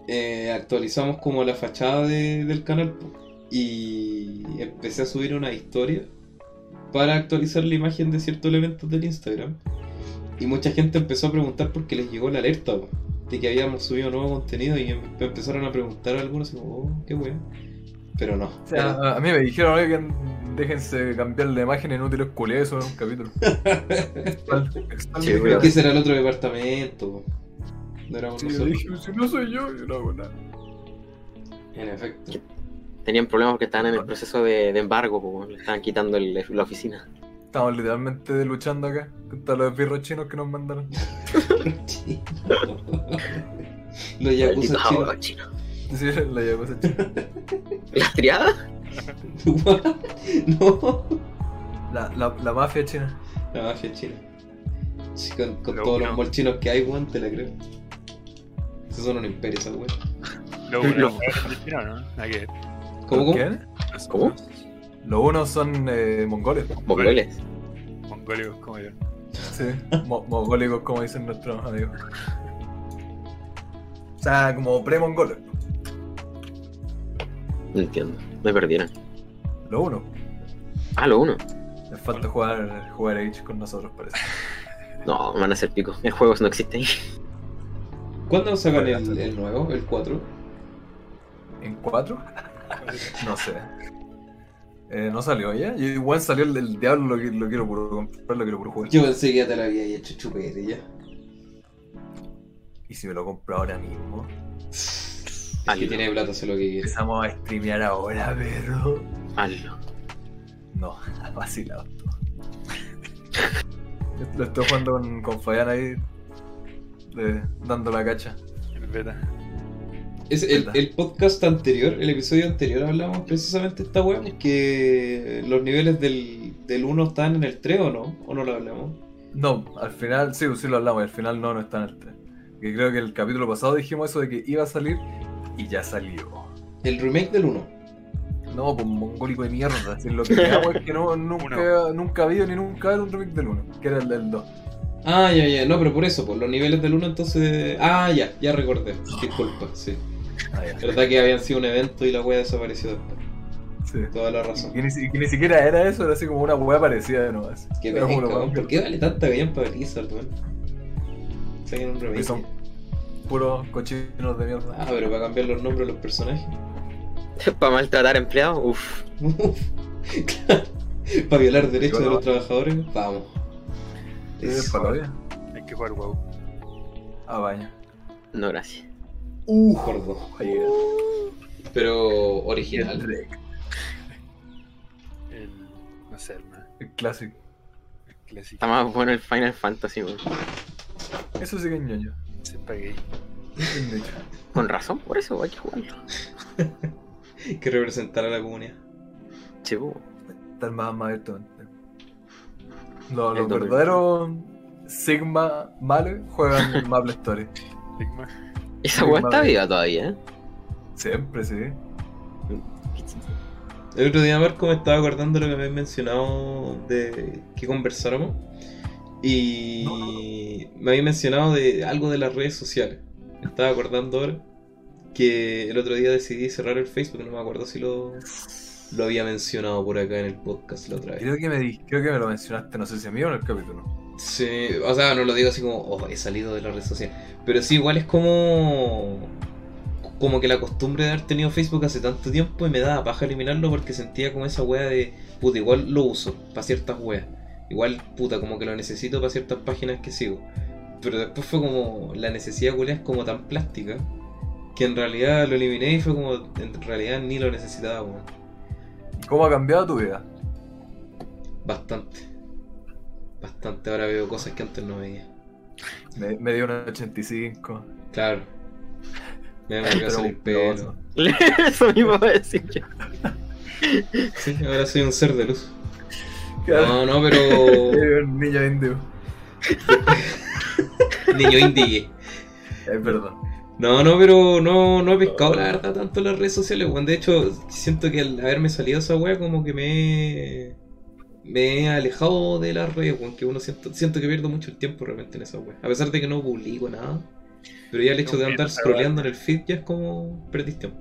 Speaker 2: eh, actualizamos como la fachada de- del canal po. y empecé a subir una historia para actualizar la imagen de ciertos elementos del Instagram. Y mucha gente empezó a preguntar porque les llegó la alerta po, de que habíamos subido nuevo contenido y em- empezaron a preguntar a algunos, así como, oh, qué weón. Pero no.
Speaker 3: O sea, a- a mí me dijeron, oigan, déjense cambiar la imagen en útiles culiados, eso era un capítulo. Sexual- sexual,
Speaker 1: Sí, weón.
Speaker 2: Es que
Speaker 3: me dijeron.
Speaker 2: ese era el otro departamento. po. No éramos
Speaker 3: Sí, yo
Speaker 2: nosotros.
Speaker 3: dije, si no soy yo, yo no hago nada.
Speaker 2: En efecto.
Speaker 1: Tenían problemas porque estaban en el proceso de, de embargo, po, le estaban quitando el- la oficina.
Speaker 3: Estamos literalmente luchando acá contra los birros chinos que nos mandaron.
Speaker 2: Chino. Los yakuza
Speaker 1: Malditos
Speaker 2: chinos.
Speaker 1: abogados chinos.
Speaker 3: Sí, la yakuza china.
Speaker 1: ¿Las triadas?
Speaker 2: What? no.
Speaker 3: La, la, la mafia china.
Speaker 2: La mafia china. Sí, con con
Speaker 4: Lo
Speaker 2: todos
Speaker 4: uno.
Speaker 2: los malchinos que hay, weón, te la creo. Esos son un imperio, esa weón.
Speaker 4: Lo
Speaker 1: Lo-
Speaker 4: bueno es chino, ¿no? Hay que-
Speaker 2: ¿Cómo, cómo?
Speaker 3: ¿Quién?
Speaker 4: los-
Speaker 1: ¿Cómo?
Speaker 4: los
Speaker 3: Los unos son eh, mongoles.
Speaker 1: Mongoles.
Speaker 4: Mongólicos como yo.
Speaker 3: Sí, mo- mongólicos como dicen nuestros amigos. O sea, como pre-mongoles.
Speaker 1: No entiendo. Me perdieron.
Speaker 3: Los unos.
Speaker 1: Ah, lo uno.
Speaker 3: Les falta jugar, jugar Age con nosotros, parece.
Speaker 1: No, van a ser pico. El juego no existe ahí.
Speaker 2: ¿Cuándo sacan el, el nuevo, el 4?
Speaker 3: ¿En cuatro? No sé. Eh, no salió ya. Y igual salió el, el diablo, lo, qui- lo quiero por comprar, lo quiero por jugar.
Speaker 2: Yo pensé que ya te lo había hecho chupete ya.
Speaker 3: Y si me lo compro ahora mismo,
Speaker 2: El que tiene plata, sé lo que quiere.
Speaker 3: empezamos a streamear ahora, perro.
Speaker 1: Hazlo.
Speaker 3: No, vacilado. Lo- Lo estoy jugando con, con Fabián ahí, de- dando la cacha.
Speaker 4: El beta.
Speaker 2: Es el, el podcast anterior, el episodio anterior, hablamos precisamente de esta weón, que los niveles del, del 1 están en el 3 o no, o no lo hablamos.
Speaker 3: No, al final, sí, sí lo hablamos, y al final no, no está en el 3. Que creo que el capítulo pasado dijimos eso de que iba a salir y ya salió.
Speaker 2: El remake del 1.
Speaker 3: No, pues mongólico de mierda. Si lo que me hago es que no, nunca, nunca ha habido ni nunca era un remake del 1, que era el del 2.
Speaker 2: Ah, ya, ya, no, pero por eso, por los niveles del 1 entonces... Ah, ya, ya recordé, disculpa, sí.
Speaker 3: Ah, ya.
Speaker 2: Verdad que habían sido un evento y la wea desapareció después,
Speaker 3: Sí.
Speaker 2: toda la
Speaker 3: Y
Speaker 2: razón.
Speaker 3: que, ni, si- que ni siquiera era eso, era así como una hueá parecida de nuevo. así.
Speaker 2: Qué
Speaker 3: Era
Speaker 2: penca,
Speaker 3: como lo
Speaker 2: weón,
Speaker 3: más-
Speaker 2: ¿por qué vale tanta bien para Blizzard, weón? Saquen un remake.
Speaker 3: Porque son puros cochinos de mierda.
Speaker 2: Ah, pero para cambiar los nombres de los personajes.
Speaker 1: Para maltratar empleados, uff.
Speaker 2: para violar derechos
Speaker 3: Igual
Speaker 2: de
Speaker 3: no.
Speaker 2: los trabajadores, vamos.
Speaker 3: Es
Speaker 2: Es-
Speaker 3: parodia.
Speaker 4: Hay que jugar WoW.
Speaker 3: Ah, vaya.
Speaker 1: No, gracias.
Speaker 2: Uh, gordo.
Speaker 3: Ahí era.
Speaker 2: Pero
Speaker 3: Y el
Speaker 2: original.
Speaker 3: Drake,
Speaker 4: El. No sé, hermano.
Speaker 3: el clásico.
Speaker 4: El clásico.
Speaker 1: Está más bueno el Final Fantasy, weón.
Speaker 3: Eso sí que es ñoño.
Speaker 4: Se pagué.
Speaker 3: bien dicho.
Speaker 1: Con razón, por eso hay que jugarlo.
Speaker 2: Que representar a la comunidad.
Speaker 1: Sí, po.
Speaker 3: Estar más, más abierto. Los,
Speaker 1: El
Speaker 3: los
Speaker 1: doble.
Speaker 3: verdaderos Sigma males juegan Maple Story.
Speaker 4: Ligma.
Speaker 1: Esa weá está
Speaker 3: madre.
Speaker 1: viva todavía, ¿eh?
Speaker 3: Siempre, sí.
Speaker 2: El otro día Marco me estaba acordando lo que me habías mencionado de que conversáramos. Y me había mencionado de algo de las redes sociales. Me estaba acordando ahora que el otro día decidí cerrar el Facebook, no me acuerdo si lo, lo había mencionado por acá en el podcast la otra vez.
Speaker 3: Creo que me di- creo que me lo mencionaste, no sé si a mí o en el capítulo.
Speaker 2: Sí, o sea, no lo digo así como, "Oh, he salido de la red social. Pero sí, igual es como. Como que la costumbre de haber tenido Facebook hace tanto tiempo y me daba paja eliminarlo porque sentía como esa wea de. Puta, igual lo uso para ciertas weas. Igual, puta, como que lo necesito para ciertas páginas que sigo. Pero después fue como. La necesidad culia es como tan plástica que en realidad lo eliminé y fue como. En realidad ni lo necesitaba, weón.
Speaker 3: ¿Cómo ha cambiado tu vida?
Speaker 2: Bastante. Bastante. Ahora veo cosas que antes no veía.
Speaker 3: Me, me dio un 85.
Speaker 2: Claro. Me volvió a
Speaker 3: pero
Speaker 2: salir
Speaker 3: un
Speaker 2: pelo.
Speaker 1: eso mismo voy a decir yo.
Speaker 2: Sí, ahora soy un ser de luz.
Speaker 3: Claro.
Speaker 2: No, no, pero.
Speaker 3: Era eh, un niño indio.
Speaker 2: Niño indie.
Speaker 3: Es verdad.
Speaker 2: No, no, pero no, no he pescado la verdad tanto las redes sociales, weón. De hecho, siento que al haberme salido esa weá, como que me. Me he alejado de las redes, weón. Que uno siento, siento que pierdo mucho el tiempo realmente en esa weá. A pesar de que no publico nada. Pero ya el hecho de andar scrolleando en el feed ya es como. Perdís tiempo.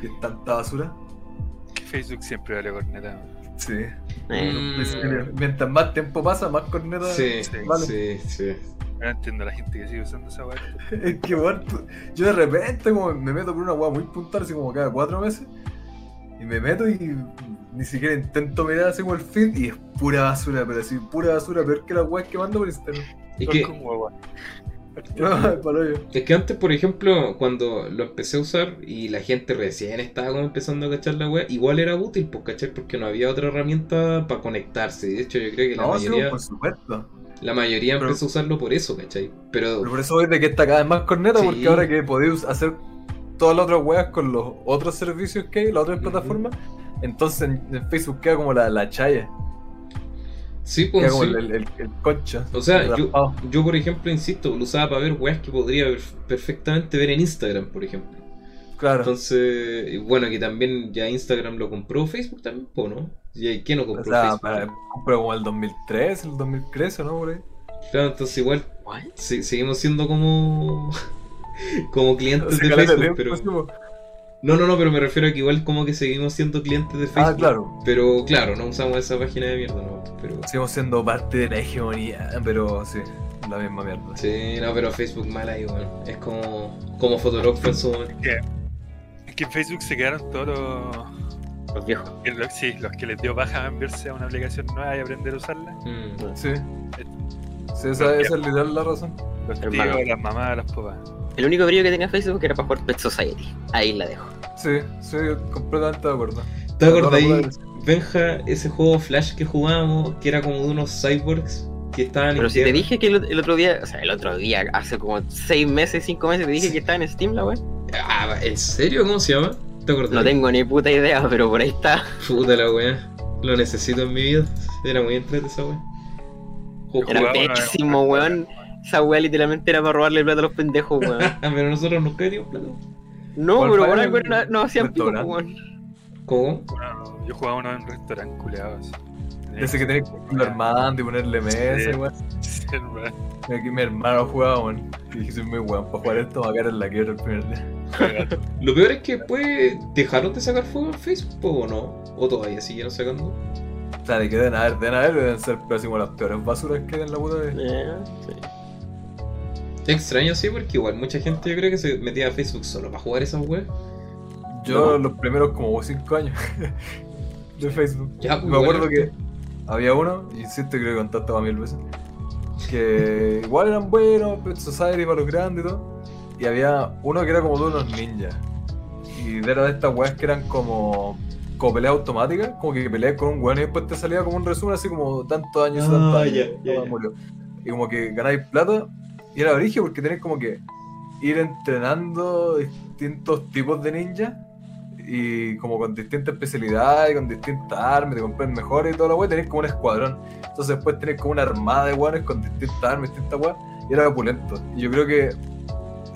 Speaker 3: ¿Qué es tanta basura?
Speaker 4: Facebook siempre vale corneta. weón.
Speaker 3: Sí.
Speaker 1: Eh,
Speaker 3: Es que
Speaker 2: Mm,
Speaker 3: Mientras más tiempo pasa, más corneta.
Speaker 2: Sí,
Speaker 3: vale.
Speaker 2: sí, sí.
Speaker 4: Yo no entiendo a la gente que sigue usando esa weá.
Speaker 3: Es que, weón, tú- yo de repente como me meto por una weá muy puntual, así como cada cuatro meses, y me meto y ni siquiera intento mirar así como el feed, y es pura basura, pero así, pura basura, peor que las weas que mando por Instagram.
Speaker 2: Es
Speaker 4: Son
Speaker 2: que,
Speaker 4: como guagua.
Speaker 3: No, es para hoyo.
Speaker 2: es que antes, por ejemplo, cuando lo empecé a usar y la gente recién estaba como empezando a cachar la web, igual era útil, pues, ¿cachai? Porque no había otra herramienta para conectarse. De hecho, yo creo que la
Speaker 3: No, sí,
Speaker 2: mayoría,
Speaker 3: por supuesto.
Speaker 2: la mayoría
Speaker 3: pero-
Speaker 2: empezó a usarlo por eso, ¿cachai? Pero,
Speaker 3: Pero por eso es de que está cada vez más corneta,
Speaker 2: Sí.
Speaker 3: porque ahora que podéis hacer todas las otras weas con los otros servicios que hay, las otras
Speaker 2: Ujú.
Speaker 3: plataformas, entonces en, en Facebook queda como la, la chaya,
Speaker 2: sí,
Speaker 3: queda
Speaker 2: pues,
Speaker 3: como
Speaker 2: sí.
Speaker 3: el, el, el, el concha.
Speaker 2: O sea, yo,
Speaker 3: raspado.
Speaker 2: yo, por ejemplo, insisto, lo usaba para ver weas que podría ver- perfectamente ver en Instagram, por ejemplo.
Speaker 3: Claro.
Speaker 2: Entonces, y bueno, que también ya Instagram lo compró Facebook también, po, ¿no? ¿Y quién no
Speaker 3: O
Speaker 2: compró
Speaker 3: sea,
Speaker 2: Facebook?
Speaker 3: para, pero como el 2003, el 2013, ¿no, por ahí?
Speaker 2: Claro, entonces igual
Speaker 1: ¿what?
Speaker 2: se- seguimos siendo como como clientes
Speaker 3: Hace
Speaker 2: de
Speaker 3: caleta
Speaker 2: Facebook,
Speaker 3: de
Speaker 2: pero
Speaker 3: tiempo,
Speaker 2: no, no, no, pero me refiero a que igual como que seguimos siendo clientes de
Speaker 3: sí, po.
Speaker 2: Facebook.
Speaker 3: Ah, claro.
Speaker 2: Pero claro, no usamos esa página de mierda, no, pero
Speaker 3: Seguimos siendo parte de la hegemonía, pero sí, la misma mierda.
Speaker 2: sí, no, pero Facebook mala igual. Es como como Fotolog fue en su momento.
Speaker 4: Es que en Facebook se quedaron todos los.
Speaker 1: Los viejos.
Speaker 4: que lo- Sí, los que les dio baja a enviarse a una aplicación nueva y aprender a usarla.
Speaker 2: Mm.
Speaker 3: Sí. Sí, esa, esa es literal la razón.
Speaker 4: Los
Speaker 1: Hermano.
Speaker 4: tíos, las mamás, las papás.
Speaker 1: El único brillo que tenía Facebook era para jugar Pet Society. Ahí la dejo.
Speaker 3: Sí, sí, completamente de acuerdo.
Speaker 2: ¿Te
Speaker 3: Perdona,
Speaker 2: acordáis, Benja, ese juego Flash que jugábamos, que era como de unos cyborgs que estaban
Speaker 1: Pero
Speaker 2: en
Speaker 1: si te
Speaker 2: tierra?
Speaker 1: dije que el, el otro día, o sea, el otro día, hace como 6 meses, 5 meses, te dije que estaba en Steam la web.
Speaker 2: Ah, ¿en serio? ¿Cómo se llama? ¿Te acordás?
Speaker 1: No tengo ni puta idea, pero por ahí está.
Speaker 2: Puta la weá. Lo necesito en mi vida. Era muy entrete esa weá. Ju-
Speaker 1: Era
Speaker 4: Jugaba
Speaker 2: jugaba-
Speaker 4: una vez,
Speaker 1: pésimo, weón. Esa weá literalmente era para robarle plata a los pendejos, weón.
Speaker 2: Ah, pero nosotros nunca dimos plata.
Speaker 1: No,
Speaker 3: ¿Cuál
Speaker 1: pero
Speaker 3: fue
Speaker 1: por
Speaker 3: el
Speaker 1: algo no, no hacían pico,
Speaker 3: restaurante?
Speaker 1: weón.
Speaker 2: ¿Cómo?
Speaker 4: Bueno, yo jugaba uno en un restaurante culeado así.
Speaker 3: Ese que tenés que ir armando y ponerle mesa,
Speaker 4: Sí.
Speaker 3: weón.
Speaker 4: Sí, hermano.
Speaker 3: Aquí mi hermano jugaba, weón. Y dije, soy muy weón, para jugar esto, va a caer en la quiebra el primer día.
Speaker 2: Lo peor es que después dejaron de sacar fuego en Facebook o no. O todavía siguieron sacando.
Speaker 3: O sea, de que deben haber, deben haber, deben ser pero así como las peores basuras que hay en la puta de.
Speaker 1: Eh, sí.
Speaker 2: Extraño sí, porque igual mucha gente yo creo que se metía a Facebook solo para jugar esas weas.
Speaker 1: No.
Speaker 3: Yo los primeros como 5 años de Facebook.
Speaker 2: Ya, pues,
Speaker 3: Me acuerdo
Speaker 2: bueno,
Speaker 3: que había uno, insisto, creo que contaste para mil veces, que igual eran buenos, Pet Society para los grandes y todo. Y había uno que era como de unos ninjas. Y era de estas weas que eran como, como peleas automáticas, como que peleas con un weón y después te salía como un resumen así como tantos años,
Speaker 2: Ah,
Speaker 3: tantos
Speaker 2: ya,
Speaker 3: años.
Speaker 2: ya,
Speaker 3: todo
Speaker 2: ya.
Speaker 3: murió. Y como que ganáis plata y era origen porque tenés como que ir entrenando distintos tipos de ninjas y como con distintas especialidades, con distintas armas, te compras mejores y toda la weá, tenés como un escuadrón. Entonces después tenés como una armada de weones con distintas armas, distintas weas, y era opulento. Y yo creo que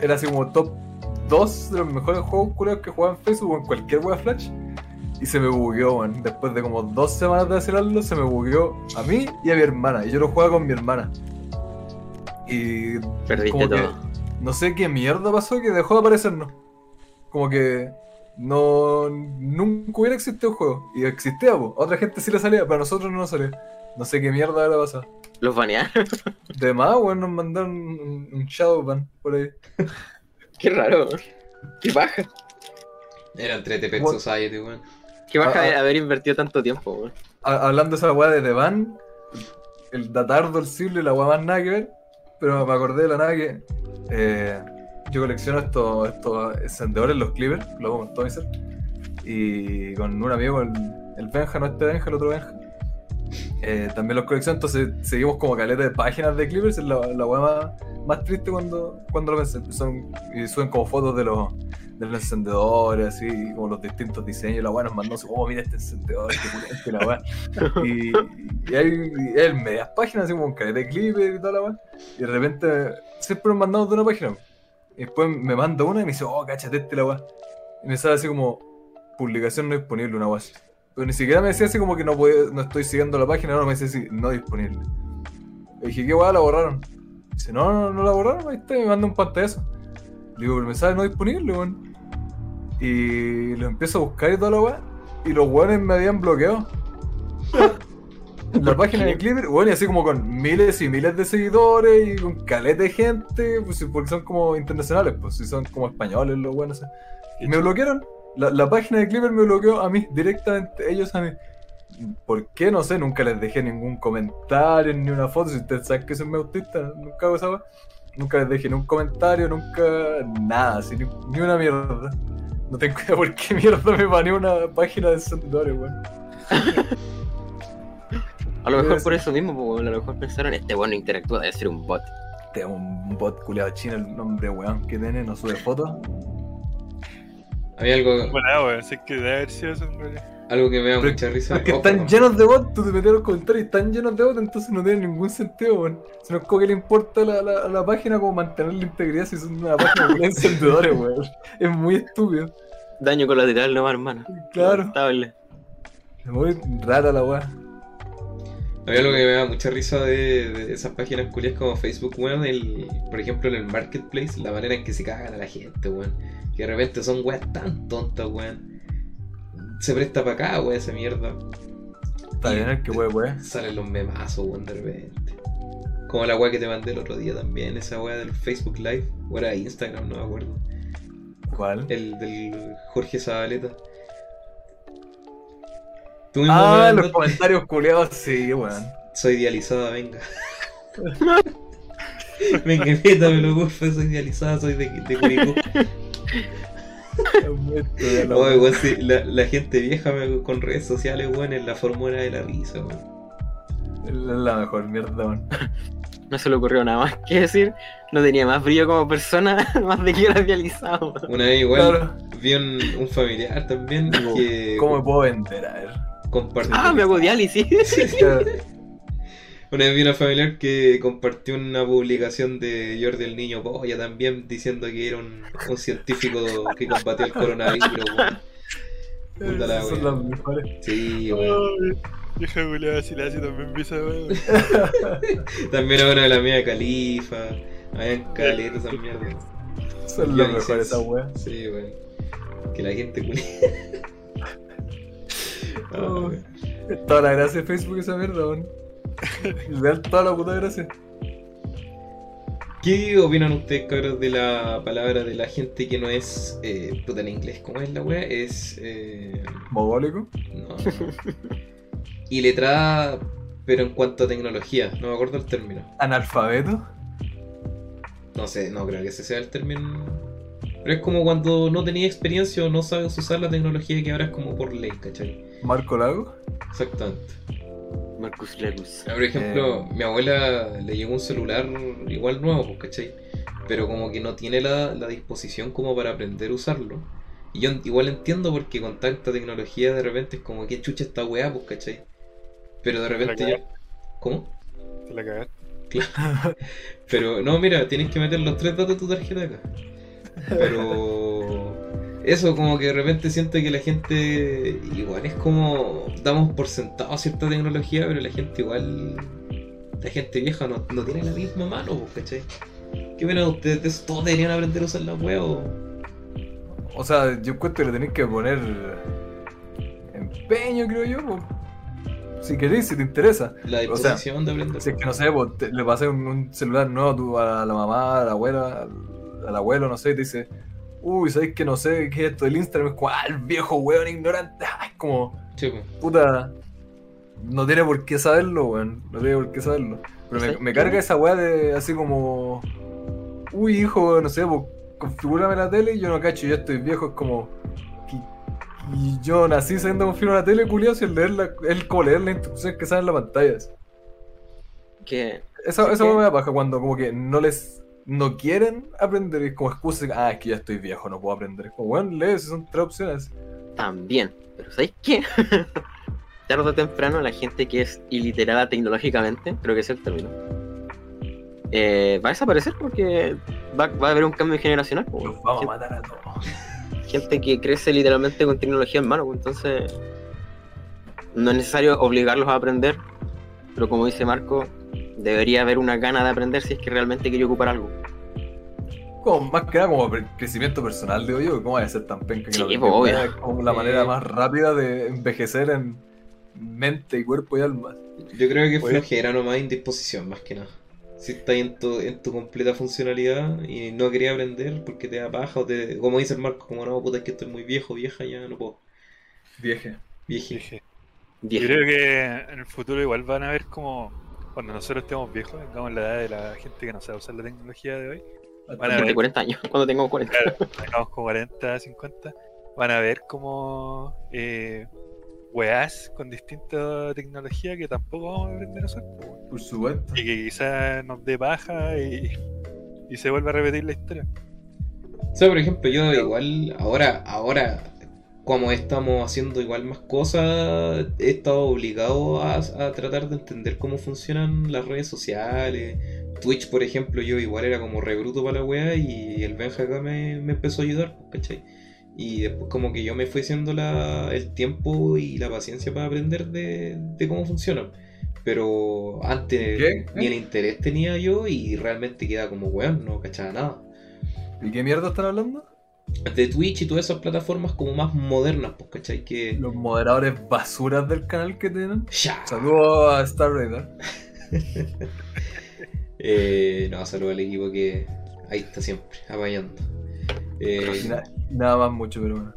Speaker 3: era así como top 2 de los mejores juegos culeros que jugaba en Facebook o en cualquier wea Flash. Y se me bugueó, weón. Después de como dos semanas de hacerlo, se me bugueó a mí y a mi hermana. Y yo lo jugaba con mi hermana. Y
Speaker 1: Perdiste
Speaker 3: como que
Speaker 1: todo.
Speaker 3: no sé qué mierda pasó que dejó de aparecernos. Como que no nunca hubiera existido el juego. Y existía, po. a otra gente sí le salía, pero a nosotros no nos salía. No sé qué mierda habrá pasado.
Speaker 1: Los banearon.
Speaker 3: De más, weón, nos mandaron un, un Shadowban por ahí.
Speaker 1: Qué raro. weón. Qué baja.
Speaker 2: Era entrete Pet
Speaker 3: What?
Speaker 2: Society, weón.
Speaker 1: Qué baja
Speaker 3: Ah, ah.
Speaker 1: haber- haber invertido tanto tiempo, weón.
Speaker 3: Ha- hablando de esa weá de The Van, el datardo, el siglo y la weá más nada que ver. Pero me acordé de la nada que eh, yo colecciono estos, estos encendedores, los Clippers, lo hago con todo mi ser. Y con un amigo, el, el Benja, no este Benja, el otro Benja. eh, también los colecciono, entonces seguimos como caleta de páginas de Clippers, es la, la weá más, más triste cuando, cuando lo pensé. Son, y suben como fotos de los, de los encendedores, así, como los distintos diseños. La weá nos mandó, así, oh, mira este encendedor, qué pulente la weá. Y, y hay, y hay medias páginas, así como un caleta de Clippers y toda la weá. Y de repente siempre nos mandamos de una página. Y después me manda una y me dice, oh, cachate este la weá. Y me sale así como, publicación no disponible, una weá así. Pero ni siquiera me decía así como que no podía- no estoy siguiendo la página, no, me decía así, no disponible. Le dije, ¿qué weá la borraron? Dice, no, no, no la borraron, ahí está, y me manda un pantallazo. Le digo, pero me sale no disponible, weón. Y lo empiezo a buscar y toda la weá. Y los weones me habían bloqueado. La página de Clipper, bueno, y así como con miles y miles de seguidores y con caleta de gente, pues, sí, porque son como internacionales, pues si son como españoles los buenos. Y me bloquearon. La, la página de Clipper me bloqueó a mí, directamente, ellos a mí. ¿Por qué? No sé, nunca les dejé ningún comentario ni una foto. Si ustedes saben que soy medio autista, nunca hago esa wea. Nunca les dejé ni un comentario, nunca nada, así, ni, ni una mierda. No tengo idea por qué mierda me baneó una página de seguidores, weón.
Speaker 1: A lo mejor
Speaker 3: Sí.
Speaker 1: por eso mismo, po, weón, a lo mejor pensaron, este bueno interactúa, debe ser un bot.
Speaker 3: Este un bot culiado chino, el nombre weón que tiene, no sube fotos.
Speaker 2: A mí algo,
Speaker 4: Bueno, weón, si es que debe haber sido eso en realidad.
Speaker 2: algo que me da
Speaker 3: Pero-
Speaker 2: mucha risa.
Speaker 3: Porque
Speaker 2: oh,
Speaker 3: están
Speaker 2: perdón.
Speaker 3: llenos de bots, tú te metes a los comentarios y están llenos de bots, entonces no tiene ningún sentido, weón. Si no es como que le importa a la, la- a la página como mantener la integridad si son una página de encendedores, weón. Es muy estúpido.
Speaker 1: Daño colateral nomás, hermano.
Speaker 3: Claro.
Speaker 1: Lamentable.
Speaker 3: Es muy rara la weá.
Speaker 2: A mí algo que me da mucha risa de, de esas páginas culias como Facebook, weón, el, por ejemplo en el marketplace, la manera en que se cagan a la gente, weón. Que de repente son weas tan tontas, weón. Se presta para acá, weón, esa mierda.
Speaker 3: Está bien el que wey, weón.
Speaker 2: Salen los memazos, weón, de repente. Como la wea que te mandé el otro día también, esa wea del Facebook Live, o era Instagram, no me acuerdo.
Speaker 3: ¿Cuál?
Speaker 2: El del Jorge Zabaleta. Tú mismo me
Speaker 3: Ah, los
Speaker 2: mandaste,
Speaker 3: comentarios culiados, sí, weón.
Speaker 2: Soy idealizada, venga. venga, métamelo, porfa, soy idealizada, soy de, de Curicó.
Speaker 3: Es muy estúpida la
Speaker 2: Oye,
Speaker 3: weá.
Speaker 2: weón, sí, la, la gente vieja me- con redes sociales, weón, es la fórmula de la risa, weón.
Speaker 3: Es la mejor mierda, weón.
Speaker 1: No se le ocurrió nada más que decir. No tenía más brillo como persona, más de que era realizado.
Speaker 2: Una vez igual
Speaker 3: Claro.
Speaker 2: vi un, un familiar también
Speaker 3: Digo,
Speaker 2: que
Speaker 3: ¿Cómo me puedo vender? A ver.
Speaker 2: compartió.
Speaker 1: Ah, me hago diálisis.
Speaker 2: Una vez vi una familiar que compartió una publicación de Jordi el Niño Polla también diciendo que era un, un científico que combatió el coronavirus, weón. Puta la
Speaker 3: Esas son
Speaker 2: wea.
Speaker 3: las mejores.
Speaker 2: Sí, weón.
Speaker 4: Ay, Vieja culiada, si la hace también pisa, weón.
Speaker 2: También era una de la mía Califa. Habían caletas esas mierdas.
Speaker 3: Son las
Speaker 2: Yo hice
Speaker 3: mejores
Speaker 2: eso.
Speaker 3: esas weas.
Speaker 2: Sí, weón. Que la gente culia. Ah,
Speaker 3: Oh.
Speaker 2: weón.
Speaker 3: Toda la gracia de Facebook esa mierda, weón. Real toda la puta gracia.
Speaker 2: ¿Qué opinan ustedes, cabros, de la palabra de la gente que no es eh, puta en inglés? ¿Cómo es la weá? Es. Eh,
Speaker 3: Mogólico.
Speaker 2: no, no. Y letrada, pero en cuanto a tecnología. No me acuerdo el término.
Speaker 3: Analfabeto.
Speaker 2: No sé, no creo que ese sea el término. Pero es como cuando no tenías experiencia o no sabes usar la tecnología que ahora es como por ley, ¿cachai?
Speaker 3: Marco Lago.
Speaker 2: Exactamente.
Speaker 1: Marcus Lerus.
Speaker 2: Ah, Por ejemplo, mi abuela le llegó un celular igual nuevo, pues, ¿cachai? Pero como que no tiene la, la disposición como para aprender a usarlo. Y yo igual entiendo porque con tanta tecnología de repente es como que chucha esta weá, pues, ¿cachai? Pero de repente yo... ¿Cómo?
Speaker 4: Te la cagaste.
Speaker 2: Pero no, mira, tienes que meter los tres datos de tu tarjeta acá. Pero eso como que de repente siento que la gente igual es como damos por sentado cierta tecnología, pero la gente igual la gente vieja no, no tiene la misma mano, pues, ¿cachai? ¿Qué opinan ustedes de eso? Todos deberían aprender a usar las huevos.
Speaker 3: O sea, yo encuentro que le tenéis que poner empeño, creo yo. po. Si queréis, si te interesa.
Speaker 2: La
Speaker 3: O sea,
Speaker 2: disposición de aprender.
Speaker 3: Si es que no sé, po, te- le pasé un, un celular nuevo a, tu- a la mamá, a la abuela, al, al abuelo, no sé, y te dice, uy, ¿sabéis que no sé qué es esto del Instagram? Es como, "Ah, el viejo weón ignorante. Ah, Es como,
Speaker 2: Sí, pues.
Speaker 3: puta, no tiene por qué saberlo, weón. No tiene por qué saberlo. Pero me,
Speaker 1: Exacto.
Speaker 3: me carga esa weá de así como, uy, hijo, weón, no sé, pues, configúrame la tele y yo no cacho, yo estoy viejo, es como, "Qui- y yo nací sabiendo configurar la tele, culiado, sin leer la, el como leer las instrucciones que salen en la pantalla.
Speaker 1: Que
Speaker 3: Esa,
Speaker 1: Es que-
Speaker 3: esa weá me da paja cuando como que no les, no quieren aprender, y es como excusa, ah, es que ya estoy viejo, no puedo aprender. Es como, weón, lee, si son tres opciones.
Speaker 1: también. Pero ¿sabéis qué? Tarde o temprano la gente que es iliterada tecnológicamente, creo que es el término, eh, va a desaparecer porque va, va a haber un cambio generacional. po,
Speaker 3: Los
Speaker 1: weón.
Speaker 3: vamos a
Speaker 1: Gen-
Speaker 3: matar a todos.
Speaker 1: gente que crece literalmente con tecnología en mano, pues, entonces no es necesario obligarlos a aprender, pero como dice Marco, debería haber una gana de aprender si es que realmente quiere ocupar algo.
Speaker 3: Como, más que nada como pre- crecimiento personal, digo yo, ¿cómo vaya a ser tan penca que
Speaker 1: Sí,
Speaker 3: no te
Speaker 1: pues,
Speaker 3: entiendas?
Speaker 1: obvio.
Speaker 3: Es como la
Speaker 2: Sí.
Speaker 3: manera más rápida de envejecer en mente y cuerpo y alma.
Speaker 2: Yo creo que
Speaker 3: Oye.
Speaker 2: flojera nomás indisposición, más que nada. Si estás en tu, en tu completa funcionalidad y no quería aprender porque te da paja o te... Como dice el Marco, como no, puta, es que estoy muy viejo, vieja, ya no puedo.
Speaker 3: Vieje.
Speaker 2: Vieje.
Speaker 4: Dije. Yo
Speaker 1: Diez.
Speaker 4: creo que en el futuro igual van a ver como cuando nosotros estemos viejos, tengamos la edad de la gente que no sabe usar la tecnología de hoy. Van a
Speaker 1: Después de
Speaker 4: ver,
Speaker 1: 40 años, cuando tengamos 40.
Speaker 4: claro, tengamos como 40, 50, van a ver como eh, weás con distinta tecnología que tampoco vamos a aprender a usar. po, weón.
Speaker 3: Por supuesto.
Speaker 4: Y que quizás nos dé baja y, y se vuelva a repetir la historia.
Speaker 2: O sea, por ejemplo, yo igual, ahora, ahora, como estamos haciendo igual más cosas, he estado obligado a, a tratar de entender cómo funcionan las redes sociales. Twitch, por ejemplo, yo igual era como rebruto para la wea y el Benja acá me, me empezó a ayudar, pues, ¿cachai? Y después como que yo me fui haciendo la, el tiempo y la paciencia para aprender de, de cómo funcionan. Pero antes
Speaker 3: ¿Qué?
Speaker 2: ni el interés tenía yo y realmente quedaba como weón, no cachaba nada
Speaker 3: ¿Y qué mierda están hablando?
Speaker 2: de Twitch y todas esas plataformas como más modernas, pues, ¿cachai? Que.
Speaker 3: Los moderadores basuras del canal que tienen.
Speaker 2: ¡Ya!
Speaker 3: Saludos a Star Raider.
Speaker 2: Eh, no, saludo al equipo que ahí está siempre, apañando.
Speaker 3: Y
Speaker 2: Eh,
Speaker 3: na- nada más mucho, pero bueno.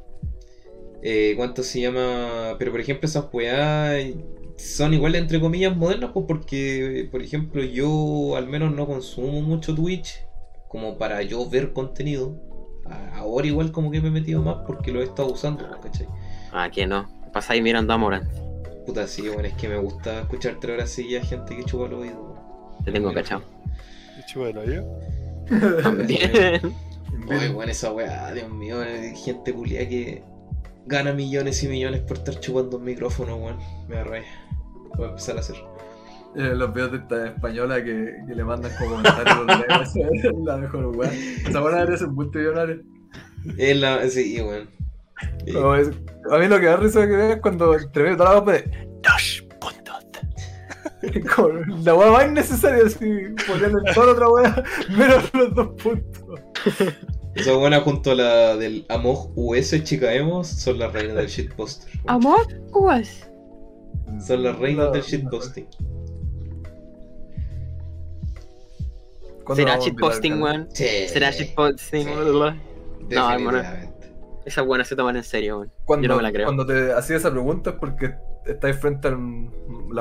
Speaker 2: eh, ¿Cuánto se llama? Pero por ejemplo, esas weas eh, son igual entre comillas modernas, pues porque, por ejemplo, yo al menos no consumo mucho Twitch como para yo ver contenido. A- Ahora igual como que me he metido más porque lo he estado usando, pues, ¿cachai?
Speaker 1: Ah, que no. Pasáis mirando a Morant.
Speaker 2: Puta, sí, bueno, es que me gusta escuchar tres horas seguidas gente que chupa los oídos.
Speaker 1: Te tengo cachado.
Speaker 4: Y chúbalo, yo.
Speaker 1: También.
Speaker 2: Ay, bueno, esa weá, Dios mío, eh, gente culia que gana millones y millones por estar chupando un micrófono, weón. Me da rabia. Voy a empezar a hacer.
Speaker 3: Eh, los videos de esta española que, que le mandan como comentarios. los lees, esa es la mejor weá. Esa buena debería ser multimillonaria.
Speaker 2: Es la. Sí, weón. Eh,
Speaker 3: No, es- a mí lo que da risa que veo es cuando entre medio toda la pues, voz de Dash Con la weá más innecesaria, así, poniendo en toda la otra weá, menos los dos puntos.
Speaker 2: Esa buena junto a la del Amog US Chica Emo son las reinas del shitposter. weón.
Speaker 5: Amor, uvas.
Speaker 2: Son las reinas
Speaker 3: No,
Speaker 2: del
Speaker 3: no.
Speaker 2: shitposting.
Speaker 3: ¿Cuándo
Speaker 1: Será
Speaker 3: vamos a invitar al
Speaker 1: shitposting,
Speaker 3: canal?
Speaker 1: weón.
Speaker 2: Sí.
Speaker 1: Será shitposting.
Speaker 2: Sí.
Speaker 1: blablabla. No, hermano.
Speaker 2: Definitivamente.
Speaker 1: Esas buenas se toman en serio, weón.
Speaker 3: Cuando,
Speaker 1: Yo no me la creo.
Speaker 3: cuando te hacía esa pregunta es porque estáis frente a la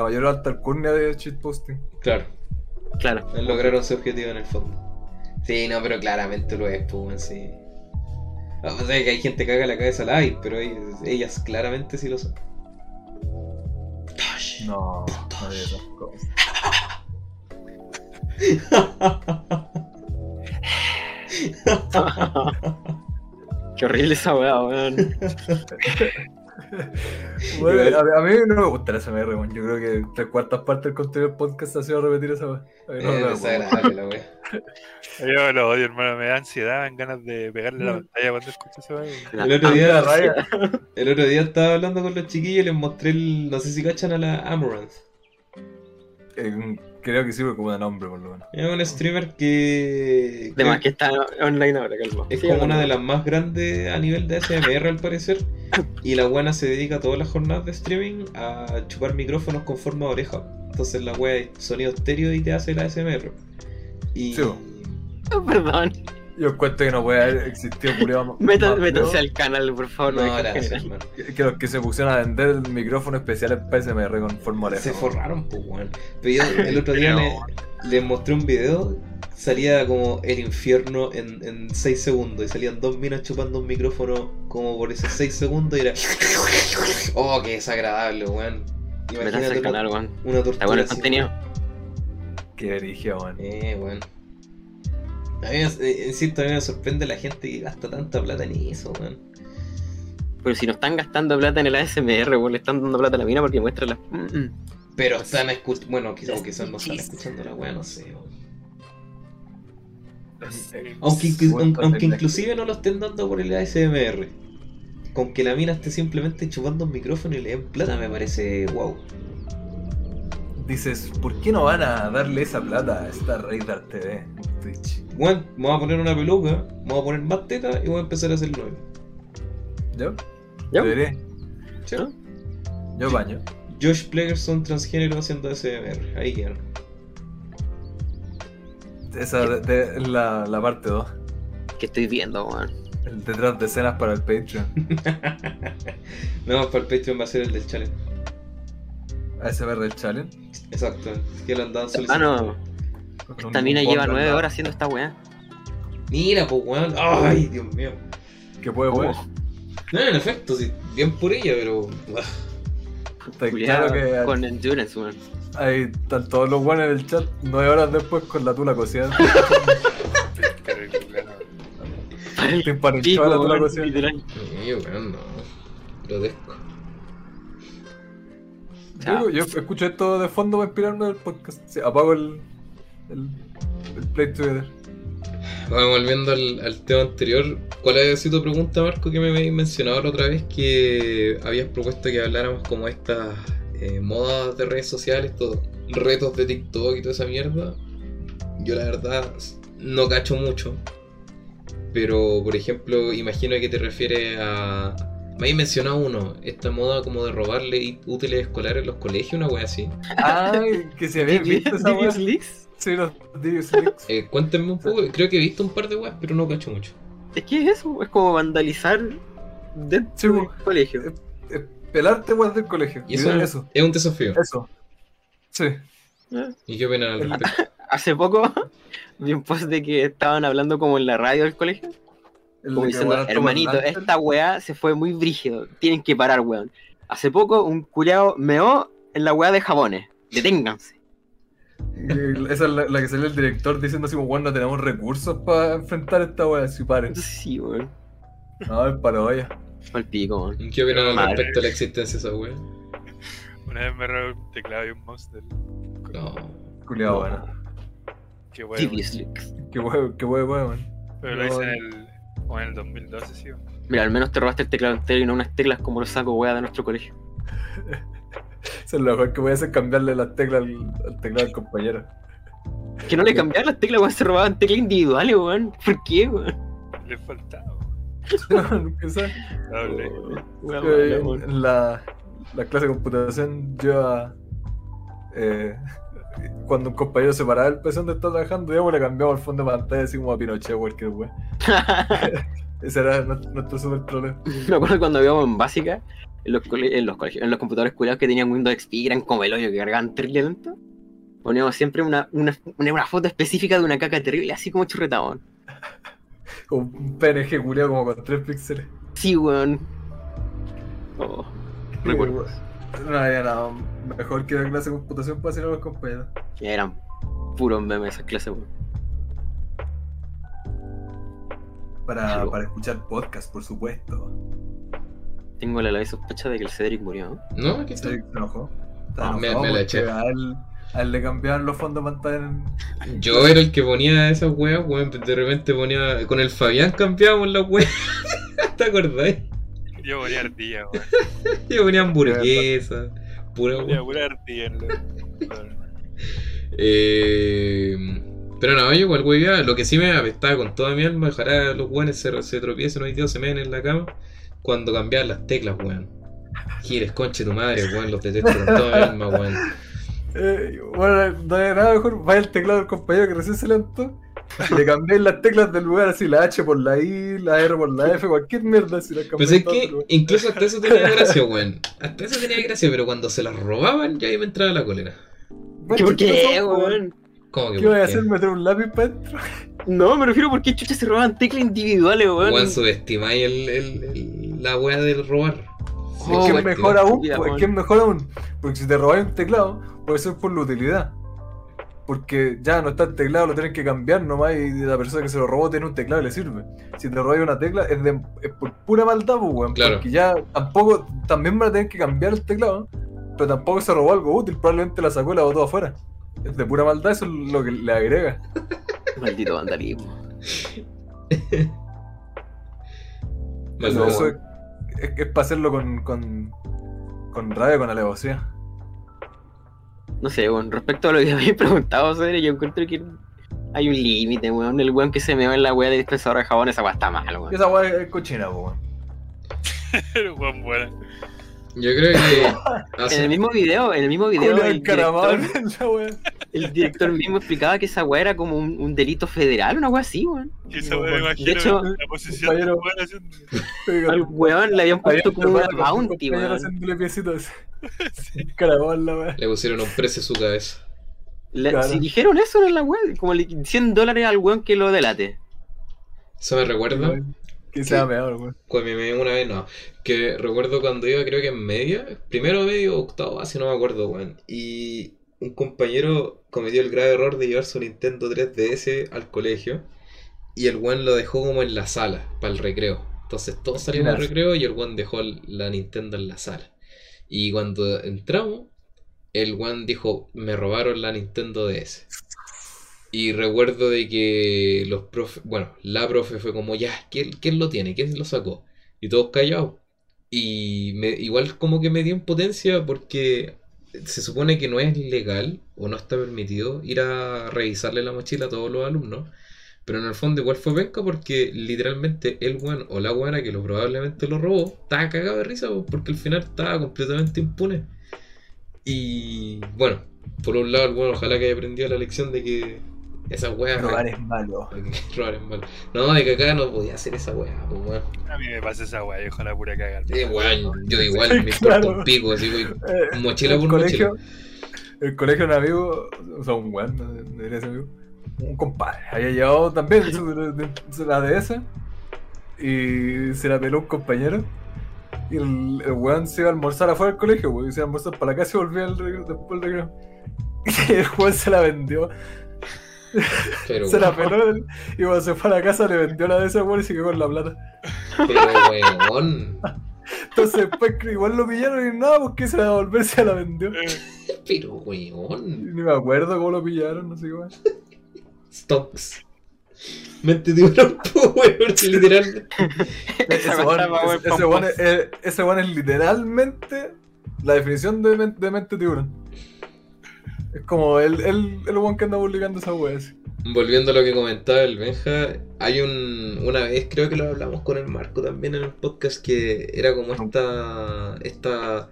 Speaker 3: mayor alta alcurnia de shitposting.
Speaker 2: Claro,
Speaker 1: Claro.
Speaker 2: lograron su objetivo en el fondo. Sí, no, pero claramente lo es, pues, weón, sí. O sea, que hay gente que haga la cabeza live, pero ellas, ellas claramente sí lo son.
Speaker 3: No, no de esas cosas.
Speaker 1: Qué horrible esa weá, weón.
Speaker 3: Bueno, a, a mí no me gusta la SMR, weón. Yo creo que tres cuartas partes del contenido del podcast ha sido repetir esa weá. A mí
Speaker 2: Es
Speaker 3: no me gusta.
Speaker 2: desagradable la wea.
Speaker 4: Yo lo odio, hermano. Me da ansiedad, me dan ganas de pegarle
Speaker 3: Mm.
Speaker 4: la pantalla cuando escucho ese weón.
Speaker 2: El
Speaker 1: Ah,
Speaker 2: otro día,
Speaker 3: La raya.
Speaker 2: el otro día estaba hablando con los chiquillos y les mostré el. No sé si cachan a la Amaranth.
Speaker 3: Eh, creo que sirve como de nombre, por lo menos.
Speaker 2: Es un streamer que.
Speaker 1: De más que está online ahora, calma.
Speaker 2: Es
Speaker 1: Sí,
Speaker 2: como
Speaker 1: hablando.
Speaker 2: una de las más grandes a nivel de SMR al parecer. Y la buena se dedica todas las jornadas de streaming a chupar micrófonos con forma de oreja. Entonces la wea es sonido estéreo y te hace la SMR. Y.
Speaker 3: Sí, bo.
Speaker 1: Oh, Perdón.
Speaker 3: Yo encuentro que no puede haber existido culiao más-
Speaker 1: Meta-
Speaker 3: más
Speaker 1: Métanse
Speaker 3: feo
Speaker 1: al canal, por favor.
Speaker 2: No,
Speaker 1: no dejen
Speaker 2: gracias,
Speaker 1: general.
Speaker 2: hermano.
Speaker 3: que- Que los que se pusieron a vender el micrófono especial en PSMR con forma oreja.
Speaker 2: Se
Speaker 3: weón.
Speaker 2: forraron, pues, weón. Pero yo el otro día le- les mostré un video, salía como el infierno en, en 6 segundos y salían dos minas chupando un micrófono como por esos 6 segundos y era. Oh, qué desagradable, weón.
Speaker 1: Métanse
Speaker 2: Imagínate
Speaker 1: al
Speaker 2: una,
Speaker 1: canal, weón.
Speaker 2: una tortura.
Speaker 1: Está bueno el
Speaker 2: así,
Speaker 1: contenido.
Speaker 3: Qué erigia, weón.
Speaker 2: Eh, bueno. A mí, me- eh, insisto, a mí me sorprende la gente que gasta tanta plata en eso, weón.
Speaker 1: Pero si no están gastando plata en el ASMR, weón, le están dando plata a la mina porque muestra la. Mm, mm.
Speaker 2: Pero están escuchando, bueno, quizás, o quizás no están
Speaker 1: Yes.
Speaker 2: escuchando la weá, no sé, weón.
Speaker 4: Los Sims.
Speaker 2: Aunque, inclu-
Speaker 3: Bueno,
Speaker 2: aunque- aunque
Speaker 3: perfecto.
Speaker 2: inclusive no lo estén dando por el ASMR. Con que la mina esté simplemente chupando un micrófono y le den plata me parece wow.
Speaker 3: Dices, ¿por qué no van a darle esa plata a esta Radar TV en Twitch?
Speaker 2: Bueno, me voy a poner una peluca, me voy a poner más teta y voy a empezar a hacer nuevo.
Speaker 3: ¿Yo?
Speaker 1: ¿Ya?
Speaker 3: Yo iré.
Speaker 2: ¿Sí?
Speaker 1: ¿No?
Speaker 3: Yo baño.
Speaker 2: Josh Playerson transgénero haciendo ASMR. Ahí quedaron.
Speaker 3: Esa de, de- la, la parte 2.
Speaker 1: Que estoy viendo, weón.
Speaker 3: El detrás de escenas para el Patreon.
Speaker 2: No, para el Patreon va a ser el del challenge.
Speaker 3: ASMR Challenge.
Speaker 2: Exacto. Que le andaban
Speaker 1: Ah,
Speaker 2: solicitando.
Speaker 1: no.
Speaker 3: Un-
Speaker 1: Esta mina
Speaker 3: un
Speaker 1: lleva
Speaker 3: podcast
Speaker 1: nueve
Speaker 3: al lado.
Speaker 1: horas haciendo esta weá.
Speaker 2: Mira, pues weón. Ay, Dios mío.
Speaker 3: Que puede,
Speaker 1: Oh.
Speaker 3: puede.
Speaker 2: No, en efecto, sí, bien por ella, pero.
Speaker 3: Está
Speaker 1: Culeado,
Speaker 3: claro que
Speaker 1: Con endurance, weón.
Speaker 3: ahí están todos los buenos en el chat. Nueve horas después con la tula cocida.
Speaker 4: Terrible, no.
Speaker 3: Te emparenchó
Speaker 1: Pico,
Speaker 3: la tula
Speaker 1: weón,
Speaker 3: cocida.
Speaker 1: literal.
Speaker 2: Sí, weón, no. Lo desco.
Speaker 1: Chao.
Speaker 3: Yo, yo escucho esto de fondo para inspirarme del podcast. Sí, apago el, el, el Play Together.
Speaker 2: Bueno, volviendo al, al tema anterior, ¿cuál había sido tu pregunta, Marco, que me habías mencionado la otra vez que habías propuesto que habláramos como estas eh, modas de redes sociales, estos retos de TikTok y toda esa mierda? Yo la verdad no cacho mucho, pero por ejemplo, imagino que te refieres a... Me habías mencionado uno, esta moda como de robarle í- útiles escolares en los colegios, una wea así.
Speaker 3: Ay, que si habéis visto esa wea.
Speaker 1: Divius Leaks?
Speaker 3: Sí, los Devious Leaks.
Speaker 2: Eh, cuéntame un poco, creo que he visto un par de weas, pero no cacho mucho.
Speaker 1: Es que es eso, es como vandalizar dentro
Speaker 3: Sí,
Speaker 1: del
Speaker 3: weón.
Speaker 1: colegio.
Speaker 3: Eh, Pelarte weas del colegio.
Speaker 2: Y eso,
Speaker 3: Mira, eso.
Speaker 2: es un desafío.
Speaker 3: Eso. Sí.
Speaker 1: Eh.
Speaker 2: ¿Y qué opinan al
Speaker 3: El-
Speaker 2: respecto?
Speaker 1: Hace poco vi un post de que estaban hablando como en la radio del colegio.
Speaker 3: El
Speaker 1: Como
Speaker 3: que
Speaker 1: diciendo,
Speaker 3: guarda
Speaker 1: hermanito,
Speaker 3: Thomas Lancer.
Speaker 1: esta weá se fue muy brígido. Tienen que parar, weón. Hace poco un culiao meó en la weá de jabones. Deténganse.
Speaker 3: Y Esa es la, la que salió el director diciendo así como, bueno, no tenemos recursos para enfrentar esta wea. Si paren.
Speaker 1: Sí, weón.
Speaker 3: No, el parodia.
Speaker 1: Al pico, weón.
Speaker 2: ¿Y ¿Qué opinan al
Speaker 1: Madre.
Speaker 2: respecto a la existencia de esa wea?
Speaker 4: Una vez me robé un teclado y un mouse del.
Speaker 2: No.
Speaker 3: Culeado, bueno.
Speaker 4: Qué bueno.
Speaker 1: Devious Leaks.
Speaker 3: Qué huevo, qué huevo, weón.
Speaker 4: Pero lo hice en el. O en el 2012, sí. o-
Speaker 1: Mira, al menos te robaste el teclado entero y no unas teclas como los saco weá de nuestro colegio.
Speaker 3: Eso es lo mejor que voy a hacer cambiarle las teclas al, al teclado del compañero.
Speaker 1: Que no le cambiaron las teclas, weón. Se robaban teclas individuales, weón. ¿Por qué, weón?
Speaker 4: Le faltaba.
Speaker 3: ¿Qué sabes?
Speaker 4: Doble.
Speaker 1: Weá
Speaker 3: Eh,
Speaker 1: mala, weón.
Speaker 3: en la, la clase de computación yo eh, cuando un compañero se paraba el PC donde está trabajando yo le cambiaba el fondo de pantalla así como a Pinochet o cualquier wea ese era nuestro, nuestro super problema
Speaker 1: Me acuerdo cuando vivíamos en básica, en los, cole- en los colegios, en los computadores culiados que tenían Windows XP, que eran como el hoyo, que cargaban terrible lento, poníamos siempre una, una, una, una foto específica de una caca terrible, así como churretado.
Speaker 3: como un PNG culiao como con 3 píxeles
Speaker 1: Sí, weón. Oh, recuerdo.
Speaker 3: no había nada mejor que la clase de computación para hacer a los compañeros
Speaker 1: Ya eran puros memes esas clases, weón.
Speaker 3: para,
Speaker 1: Claro.
Speaker 3: para escuchar podcast por supuesto
Speaker 1: Tengo la leve sospecha de que el Cedric murió.
Speaker 2: No, aquí está.
Speaker 3: Estoy enojado
Speaker 2: Ah,
Speaker 3: Estaba
Speaker 2: me-
Speaker 3: enojado
Speaker 2: me la
Speaker 3: porque
Speaker 2: eché.
Speaker 3: a él, a él le cambiaron los fondos de pantalla en-
Speaker 2: Yo era el que ponía esas weas, weón. De repente ponía. Con el Fabián cambiábamos las weas. ¿Te acordás?
Speaker 4: Yo ponía ardilla, weón.
Speaker 2: Yo ponía hamburguesa. Pura wea.
Speaker 4: Ponía pura ardilla en lo-
Speaker 2: Eh, pero no, yo igual wea. Lo que sí me apestaba con toda mi alma, ojalá los weones se, se tropiecen hoy día o se meen en la cama. Cuando cambiaban las teclas, weón. Gires, conche tu madre, weón. Los detesto con toda mi alma, weón.
Speaker 3: Eh, bueno, no hay nada mejor. Va el teclado del compañero que recién se levantó. Le cambié las teclas del lugar, así la H por la I, la R por la F, cualquier mierda. Así la cambié
Speaker 2: Pues es
Speaker 3: todo,
Speaker 2: que
Speaker 3: pero bueno.
Speaker 2: incluso hasta eso tenía gracia, weón. Hasta eso tenía gracia, pero cuando se las robaban, ya ahí me entraba la cólera.
Speaker 3: Bueno,
Speaker 1: ¿Por qué,
Speaker 3: chistoso,
Speaker 1: weón?
Speaker 2: ¿Cómo que
Speaker 3: ¿Qué voy a
Speaker 2: por qué?
Speaker 3: hacer? ¿Meter un lápiz para adentro?
Speaker 1: No, me refiero porque chucha se robaban teclas individuales, weón.
Speaker 2: Weón, subestimáis el, el- el- la weá del robar.
Speaker 1: Oh,
Speaker 3: ¿Qué
Speaker 1: weón,
Speaker 3: es
Speaker 2: subestimar.
Speaker 3: mejor aún?
Speaker 1: mira,
Speaker 3: pues,
Speaker 1: weón.
Speaker 3: ¿Qué es mejor aún? Porque si te robáis un teclado, puede ser por la utilidad. Porque ya no está el teclado, lo tienes que cambiar nomás y la persona que se lo robó tiene un teclado y le sirve. Si te robáis una tecla es, de- es por pura maldad, pues, weón.
Speaker 2: Claro.
Speaker 3: Porque ya tampoco, también van a tener que cambiar el teclado, pero tampoco se robó algo útil, probablemente la sacó y la botó afuera. Es de pura maldad, eso es lo que le agrega.
Speaker 1: Maldito vandalismo.
Speaker 2: Mal
Speaker 3: Eso-
Speaker 2: no,
Speaker 3: eso es,
Speaker 2: weón.
Speaker 3: es- es para hacerlo con, con, con rabia, con alevosía.
Speaker 1: No sé, weón. Respecto a lo que habéis preguntado, sobre yo encuentro que hay un límite, weón. El weón que se me va en la weá de dispensador de jabón, esa weá está mal, weón.
Speaker 3: Esa weá es cochina, po, weón.
Speaker 4: El weón bueno.
Speaker 2: Yo creo que
Speaker 1: En el
Speaker 2: hace,
Speaker 1: mismo video, en el mismo video,
Speaker 3: Julio
Speaker 1: el
Speaker 3: encaramado
Speaker 1: director,
Speaker 3: en la weá.
Speaker 1: el director mismo explicaba que esa weá era como un, un delito federal, una weá así, weón.
Speaker 4: Y esa weá me
Speaker 3: De
Speaker 4: imagino
Speaker 1: hecho,
Speaker 4: la posición del
Speaker 3: compañero-
Speaker 4: weón haciendo.
Speaker 1: Al weón le habían puesto como una
Speaker 3: Había
Speaker 1: bounty,
Speaker 3: compañero
Speaker 1: weón.
Speaker 3: haciéndole piecitos. Encaramado en la weá.
Speaker 2: le pusieron un precio a su cabeza.
Speaker 1: Le-
Speaker 3: Claro.
Speaker 1: Si dijeron eso en la web, como le- 100 dólares al weón que lo delate.
Speaker 2: Eso me recuerda
Speaker 3: Que
Speaker 2: Sí.
Speaker 3: se va peor, weón.
Speaker 2: Cuando me meé una vez, no. Que recuerdo cuando iba, creo que en media, primero medio, octavo, así no me acuerdo, weón. Y un compañero cometió el grave error de llevar su Nintendo 3DS al colegio. Y el weón lo dejó como en la sala, para el recreo. Entonces todos salimos al
Speaker 3: Claro.
Speaker 2: recreo y el weón dejó la Nintendo en la sala. Y cuando entramos, el weón dijo, me robaron la Nintendo DS. Y recuerdo de que los profe, bueno, la profe fue como, ya, ¿quién, quién lo tiene? ¿Quién lo sacó? Y todos callados. Y me, igual como que me dio impotencia porque se supone que no es legal o no está permitido ir a revisarle la mochila a todos los alumnos. Pero en el fondo igual fue penca porque literalmente el weón o la weona que lo probablemente lo robó estaba cagado de risa po, porque al final estaba completamente impune. Y bueno, por un lado el weón ojalá que haya aprendido la lección de que esas weas...
Speaker 3: Robar es malo.
Speaker 2: Robar es malo. No, de que acá no podía hacer esa wea, po, weón.
Speaker 4: A mí me pasa esa weá, yo la pura cagar.
Speaker 2: Eh, weón, yo igual me importa un
Speaker 3: Claro.
Speaker 2: pico, así voy
Speaker 3: Eh,
Speaker 2: mochila por mochila.
Speaker 3: El colegio de un amigo, o sea, un weón, no debería ser amigo, un compadre, había llevado también su, de- su- la DS y se la peló un compañero. Y el, el weón se iba a almorzar afuera del colegio, weón, y se iba a almorzar para acá y se volvía al recreo- después del recreo. Y el weón se la vendió,
Speaker 2: Pero,
Speaker 3: se la
Speaker 2: weón,
Speaker 3: peló él, y cuando se fue a la casa le vendió la DS al weón y se quedó con la plata.
Speaker 2: pero weón.
Speaker 3: Entonces después igual lo pillaron y nada, porque se la devolvió y se la vendió.
Speaker 2: Pero
Speaker 3: Y
Speaker 2: weón.
Speaker 3: Ni me acuerdo cómo lo pillaron, no sé qué.
Speaker 2: Stonks. Me entendieron, po, weón, literalmente.
Speaker 1: Esa
Speaker 3: Ese
Speaker 1: weá estaba, weón,
Speaker 3: weón- ese- ese weón
Speaker 1: pomposo.
Speaker 3: es- eh, ese weón es literalmente la definición de, men- de mente tiburón. Es como el, el, el weón que anda publicando esa wea. así.
Speaker 2: Volviendo a lo que comentaba el Benja, hay un, una vez, creo que lo hablamos con el Marco también en el podcast, que era como esta, esta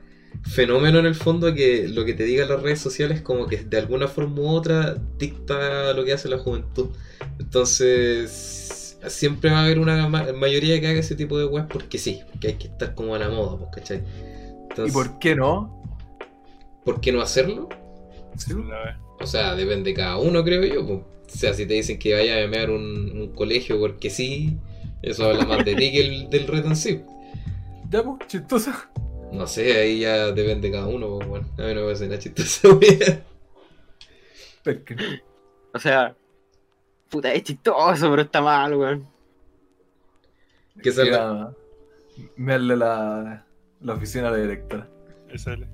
Speaker 2: fenómeno en el fondo que lo que te digan las redes sociales como que de alguna forma u otra dicta lo que hace la juventud. Entonces, siempre va a haber una ma- mayoría que haga ese tipo de webs porque sí, porque hay que estar como a la moda, pues, ¿cachai?
Speaker 3: ¿Y
Speaker 2: Entonces,
Speaker 3: por qué no?
Speaker 2: ¿por qué no hacerlo?
Speaker 3: Sí,
Speaker 2: O sea, depende de cada uno, creo yo. po. O sea, si te dicen que vaya a mear un, un colegio porque sí, eso habla más de ti que el- del reto en sí.
Speaker 3: Ya, pues, chistoso.
Speaker 2: No sé, ahí ya depende de cada uno. po, bueno. A mí no me parece nada chistoso. wea.
Speaker 3: Porque-
Speaker 1: O sea, puta, es chistoso, pero está mal, weón.
Speaker 2: Que
Speaker 3: que
Speaker 2: salga.
Speaker 3: la- Me darle la, la oficina a la directora.
Speaker 4: Esa es la-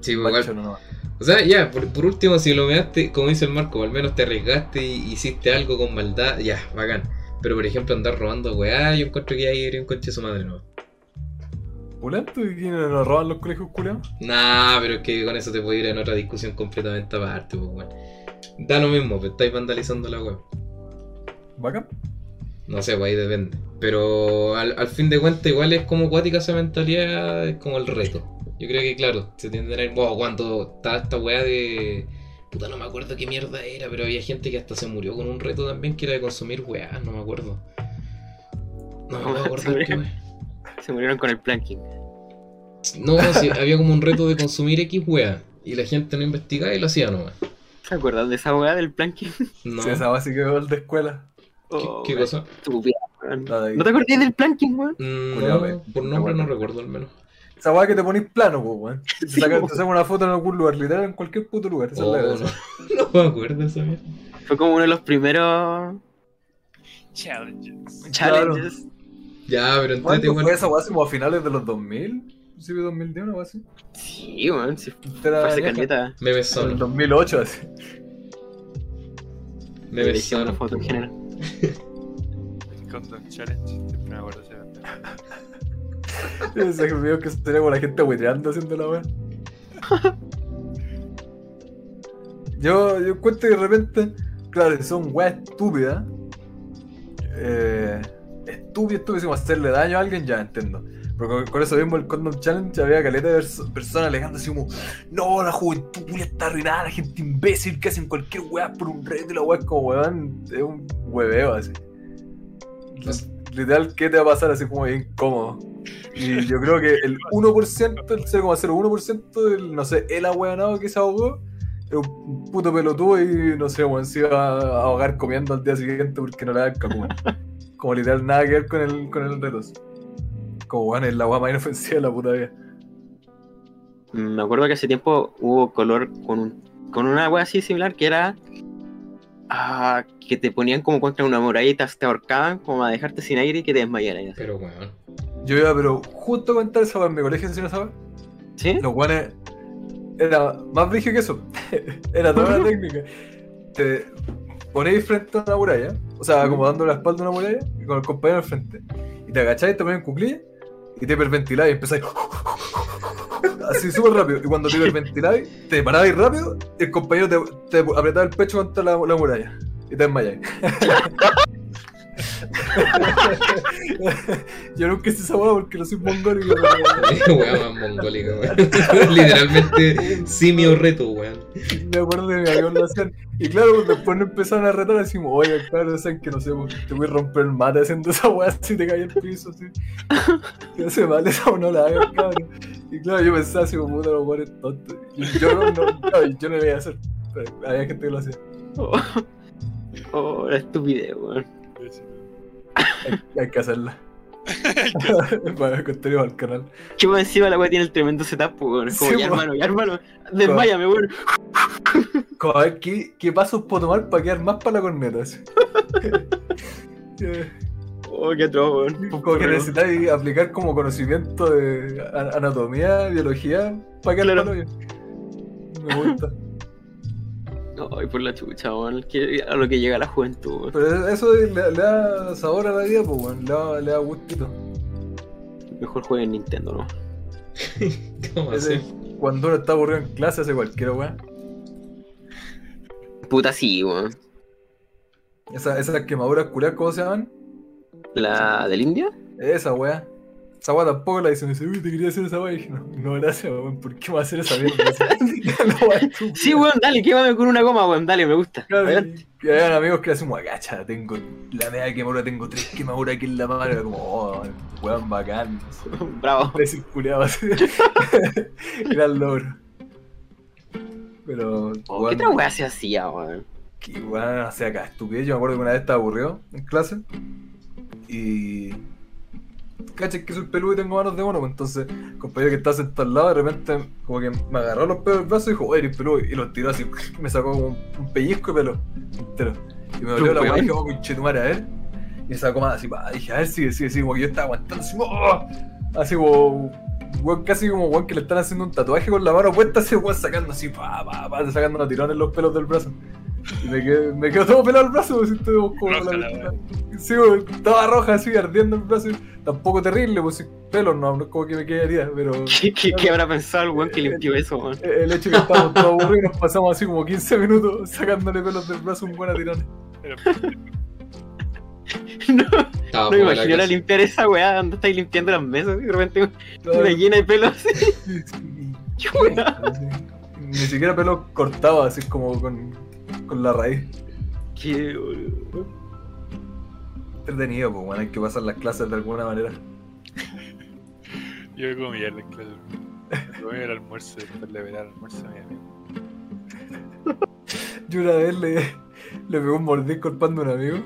Speaker 2: Sí, po,
Speaker 3: Macho,
Speaker 2: igual.
Speaker 3: no, no.
Speaker 2: O sea, ya, por, por último, si lo measte, como dice el Marco, al menos te arriesgaste y hiciste algo con maldad, ya, bacán. Pero por ejemplo, andar robando weá, yo encuentro que ahí era un coche de su madre, ¿no?
Speaker 3: ¿Pulento? ¿Y quiénes nos roban los colegios culiados?
Speaker 2: Nah, pero es que con eso te puedo ir en otra discusión completamente aparte, pues bueno. Da lo mismo, pero estáis vandalizando la web.
Speaker 3: ¿Bacán?
Speaker 2: No sé, pues ahí depende. Pero al, al fin de cuentas, igual es como cuática esa mentalidad, es como el reto. Yo creo que, claro, se tiende a tener. Wow, cuando estaba esta weá de. Puta, no me acuerdo qué mierda era, pero había gente que hasta se murió con un reto también que era de consumir weá, no me acuerdo. No me puedo acordar qué weá.
Speaker 1: Se murieron con el planking.
Speaker 2: No, sí, había como un reto de consumir X weá. Y la gente no investigaba y lo hacía nomás.
Speaker 1: ¿Se acuerdan de esa weá del planking?
Speaker 2: No.
Speaker 3: Sí, esa base que veo el de escuela.
Speaker 2: ¿Qué,
Speaker 1: Oh,
Speaker 2: qué
Speaker 1: weón,
Speaker 2: cosa?
Speaker 1: estúpida, weón.
Speaker 3: La de-
Speaker 1: ¿No te acordás del planking, weón?
Speaker 2: Mm,
Speaker 3: Culeado,
Speaker 2: no,
Speaker 3: eh.
Speaker 2: por nombre no recuerdo al menos.
Speaker 3: Esa weá que te ponís plano, pues, weón. Te
Speaker 1: Sí,
Speaker 3: saca-
Speaker 1: po.
Speaker 3: te sacan una foto en algún lugar, literal, en cualquier puto lugar. Esa
Speaker 2: Oh,
Speaker 3: es la
Speaker 2: no,
Speaker 3: gracia.
Speaker 2: no me acuerdo esa mierda.
Speaker 1: Fue como uno de los primeros
Speaker 4: Challenges.
Speaker 3: Claro.
Speaker 1: challenges.
Speaker 2: Ya, pero entonces
Speaker 3: ¿Cuándo
Speaker 2: igual.
Speaker 3: fue esa weá? Así Como a finales de los 2000, principio de 2010, una weá así.
Speaker 1: Sí, weón, sí,
Speaker 3: Era
Speaker 1: fue hace
Speaker 3: vieja.
Speaker 1: caleta.
Speaker 2: Me
Speaker 3: Como el
Speaker 2: besaron.
Speaker 3: 2008, así.
Speaker 1: Me
Speaker 2: Memes
Speaker 1: hicieron una
Speaker 2: sanos.
Speaker 1: foto en general.
Speaker 4: El Countdown Challenge, siempre me acuerdo ese.
Speaker 3: Ese video que sería con la gente hueteando haciendo la weá. Yo, yo encuentro que de repente, claro, que son weas estúpidas. Eh, estúpido, estúpido, como hacerle daño a alguien, ya entiendo. Pero con, con eso mismo, el Condom Challenge había caleta de perso- personas alegando así como: No, la juventud culia está arruinada, la gente imbécil que hacen cualquier weá por un reto y la weá es como weón, es un hueveo así.
Speaker 2: Pues-
Speaker 3: Literal, ¿qué te va a pasar así como bien cómodo? Y yo creo que el 1%, el 0,01% del, no sé, el ahueonado que se ahogó, era un puto pelotudo y no sé, weón, se iba a ahogar comiendo al día siguiente porque no le daban cacuma. Como literal, nada que ver con el, con el reto. Como weón, es la weá más inofensiva de la puta vida.
Speaker 1: Me acuerdo que hace tiempo hubo color con, un, con una wea así similar que era ah, que te ponían como contra una muralla y te, te ahorcaban como a dejarte sin aire y que te desmayaras.
Speaker 2: Pero weón.
Speaker 3: Yo iba, pero justo a contar esa weá en mi colegio, si no sabes,
Speaker 1: ¿Sí?
Speaker 3: los weones. Era más brillo que eso. era toda la técnica. Te ponéis frente a una muralla, o sea, como dando la espalda a una muralla, y con el compañero al frente. Y te agacháis, te ponéis en cuclillas, y te hiperventiláis y empezáis. Así súper rápido. Y cuando te hiperventiláis, te paráis rápido, y el compañero te, te apretaba el pecho contra la, la muralla. Y te desmayáis. Yo nunca hice esa hueá porque no soy mongol y me-
Speaker 2: weón más mongólica, weón. Literalmente simio reto, weón.
Speaker 3: Me acuerdo de mi avión lo hacían. Y claro, pues, después nos empezaron a retar así, como, oye, claro, saben que no sé, pues, te voy a romper el mate haciendo esa weá si te cae el piso, así. Te hace mal esa o no la hagas, cabrón. Y claro, yo pensaba así, como puta, los weones tontos. Y yo no, no, no, yo no lo iba a hacer. Pero había gente que lo hacía.
Speaker 1: Oh, oh, la estupidez, weón.
Speaker 3: Hay, hay que hacerla. Para el contenido al canal.
Speaker 1: Que por encima la wea tiene el tremendo setup, weón. Es como,
Speaker 3: Sí,
Speaker 1: ya
Speaker 3: weón.
Speaker 1: hermano, ya hermano, desmayame, weón.
Speaker 3: Como a ver qué, qué pasos puedo tomar para quedar más para la corneta. así.
Speaker 1: Oh, qué atroz, weón.
Speaker 3: Como que necesitáis aplicar como conocimiento de a- anatomía, biología, para que
Speaker 1: Claro.
Speaker 3: lo Me gusta.
Speaker 1: Ay, por la chucha, weón. que- A lo que llega la juventud, weón.
Speaker 3: Pero e-, eso le, le da sabor a la vida, pues, weón. Le, da- le da gustito.
Speaker 1: Mejor juegue en Nintendo, ¿no?
Speaker 2: ¿Cómo
Speaker 1: Ah,
Speaker 3: Ese-
Speaker 2: así?
Speaker 3: Cuando uno está aburrido en clase, hace cualquier weón.
Speaker 1: Puta sí, weón.
Speaker 3: Esa, esas quemaduras culiadas, ¿cómo se llaman?
Speaker 1: ¿La del India?
Speaker 3: Esa weá. Esa weá tampoco la dicen. Me dice, uy, te quería hacer esa weá. Y dije, no, no, gracias, weón. ¿Por qué me vas a hacer esa mierda? La weá estúpida.
Speaker 1: Sí, weón, dale, quémame con una goma, weón. Dale, me gusta.
Speaker 3: Claro,
Speaker 1: Adelante.
Speaker 3: y- y habían amigos que le hacen agacha, tengo la media quemadura, tengo tres quemaduras aquí en la mano, era como, oh, weón bacán,
Speaker 1: Bravo.
Speaker 3: recirculado así. era el logro. Pero,
Speaker 1: Oh, ¿Qué otra weá se hacía, weón?
Speaker 3: que igual no sé acá, estupidez. Yo me acuerdo que una vez estaba aburrido en clase y. Caché que soy peludo y tengo manos de mono, pues entonces, el compañero que estaba sentado al lado, de repente, como que me agarró los pelos del brazo y dijo, oye, eres peludo, y los tiró así, me sacó como un, un pellizco de pelo entero. Y me dolió la
Speaker 1: Weón.
Speaker 3: weá y dije, oh, conchetumare, a ver. Y me sacó más así, pa, dije, a ver, sigue, sigue, sigue, como que yo estaba aguantando así, ¡oh! así como. Weón, casi como weón que le están haciendo un tatuaje con la mano puesta, así weón sacando así, pa, pa, pa, sacando los tirones los pelos del brazo. Y me quedo, me quedo todo pelado el brazo, si estoy como
Speaker 4: Roja
Speaker 3: la-
Speaker 4: la wea.
Speaker 3: Sí, weón, estaba roja así, ardiendo el brazo. Tampoco terrible, pues sí, pelos no, no es como que me quedaría, pero
Speaker 1: ¿Qué, qué, qué habrá pensado el weón que limpió eso, weón?
Speaker 3: el hecho de que estábamos todos aburridos nos pasamos así como 15 minutos sacándole pelos del brazo un buen a tirones.
Speaker 1: No,
Speaker 2: Estaba
Speaker 1: no
Speaker 2: poca
Speaker 1: me
Speaker 2: la
Speaker 1: imagino
Speaker 2: clase.
Speaker 1: limpiar esa weá donde estáis limpiando las mesas y de repente
Speaker 3: Todo-
Speaker 1: una llena de pelos así.
Speaker 3: sí, sí.
Speaker 1: ¿Qué weá?
Speaker 3: Ni siquiera pelo cortado, así como con, con la raíz.
Speaker 1: Qué boludo.
Speaker 3: Entretenido, pues bueno, hay que pasar las clases de alguna manera.
Speaker 4: Yo comía en la clase. Comí el almuerzo, después le veré el almuerzo a mi amigo.
Speaker 3: Yo una vez le, le pegó un mordisco al pan de un amigo.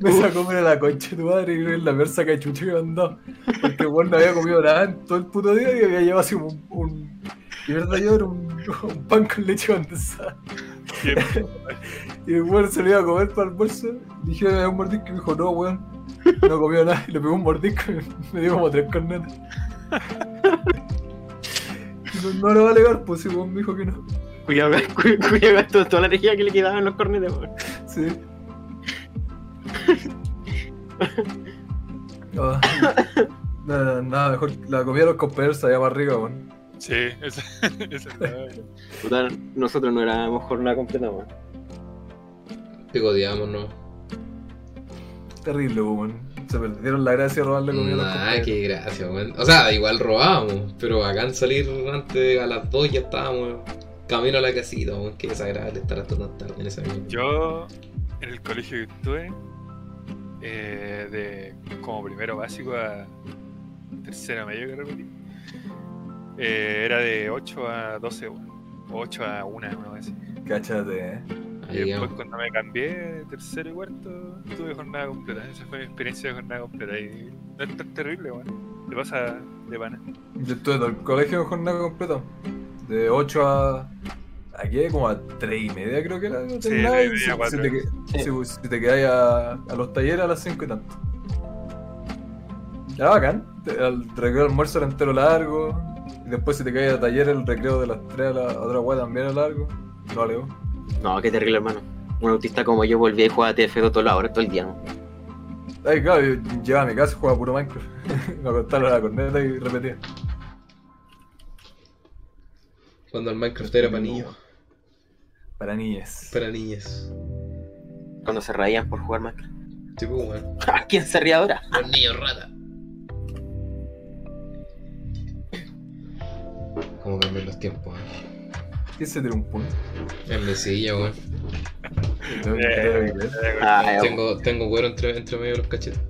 Speaker 3: me sacó mira la concha de tu madre y en la merza cachucha que me andaba. Porque bueno, no había comido nada en todo el puto día y había llevado así como un. un y verdad yo era un, un pan con leche condensada.
Speaker 4: ¿Qué?
Speaker 3: Y el weón se lo iba a comer para el almuerzo. Le dije, me dio un mordisco y me dijo, no, weón. No comió nada. Y le pegó un mordisco y me dio como tres cornetas. No, no lo va a alegar, pues si weón me dijo que no.
Speaker 1: Julio Julio gastó toda la energía que le quedaba en los cornetes, weón.
Speaker 3: Sí. Ah, nada, nada, mejor la comida de los compañeros sabía más rica, weón.
Speaker 4: Sí, esa, esa es la verdad.
Speaker 1: Puta, nosotros no éramos jornada completa, weón.
Speaker 2: Picoteamos, ¿no?
Speaker 3: Terrible, weón. Se perdieron la gracia de robarle comida a los
Speaker 2: Nah,
Speaker 3: compañeros.
Speaker 2: qué gracia, weón. O sea, igual robábamos, pero acá en salir antes a las 2 ya estábamos camino a la casita, weón. Qué desagradable estar hasta tan tarde en esa mierda.
Speaker 4: Yo, en el colegio que estuve, eh, de, como primero básico a tercero medio que repetí, eh, era de 8 a 12, weón. O 8 a 1, una vez.
Speaker 3: Cáchate, eh.
Speaker 2: Ahí
Speaker 4: Y después
Speaker 2: llegamos.
Speaker 4: cuando me cambié de tercero y cuarto, tuve jornada completa. Esa fue mi experiencia de jornada completa. Y no es tan terrible, weón. Te pasa de pana.
Speaker 3: Yo estuve todo el colegio con jornada completa. De 8 a. ¿A qué? Como a 3 y media creo que era. no
Speaker 4: Sí,
Speaker 3: terminaba, y
Speaker 4: tres y media,
Speaker 3: si- si,
Speaker 4: cuatro.
Speaker 3: te, que- si- si te quedáis a, a los talleres a las 5 y tanto. Era bacán. Te- El recreo del almuerzo era entero largo. Y después si te caías a taller el recreo de las 3 a la a otra weá también era largo. No leo.
Speaker 1: No, qué terrible, hermano. Un autista como yo volví a jugar a TF2 toda la hora, todo el día, ¿no?
Speaker 3: Ay, claro, yo llevaba a mi casa y jugaba puro Minecraft. Me acostaba a la corneta y repetía.
Speaker 2: Cuando el Minecraft era para niños,
Speaker 3: Para niñas.
Speaker 2: para niñas.
Speaker 1: Cuando se reían por jugar Minecraft.
Speaker 2: Tipo, weón.
Speaker 1: ¡Ja! ¿Quién se ríe ahora?
Speaker 2: Los niños rata. ¿Cómo cambian los tiempos? eh?
Speaker 3: ¿Qué se tiene un punto?
Speaker 4: Eh.
Speaker 2: En mi silla, weón.
Speaker 1: Ah, ya,
Speaker 2: Tengo, tengo cuero entre, entre medio de los cachetes.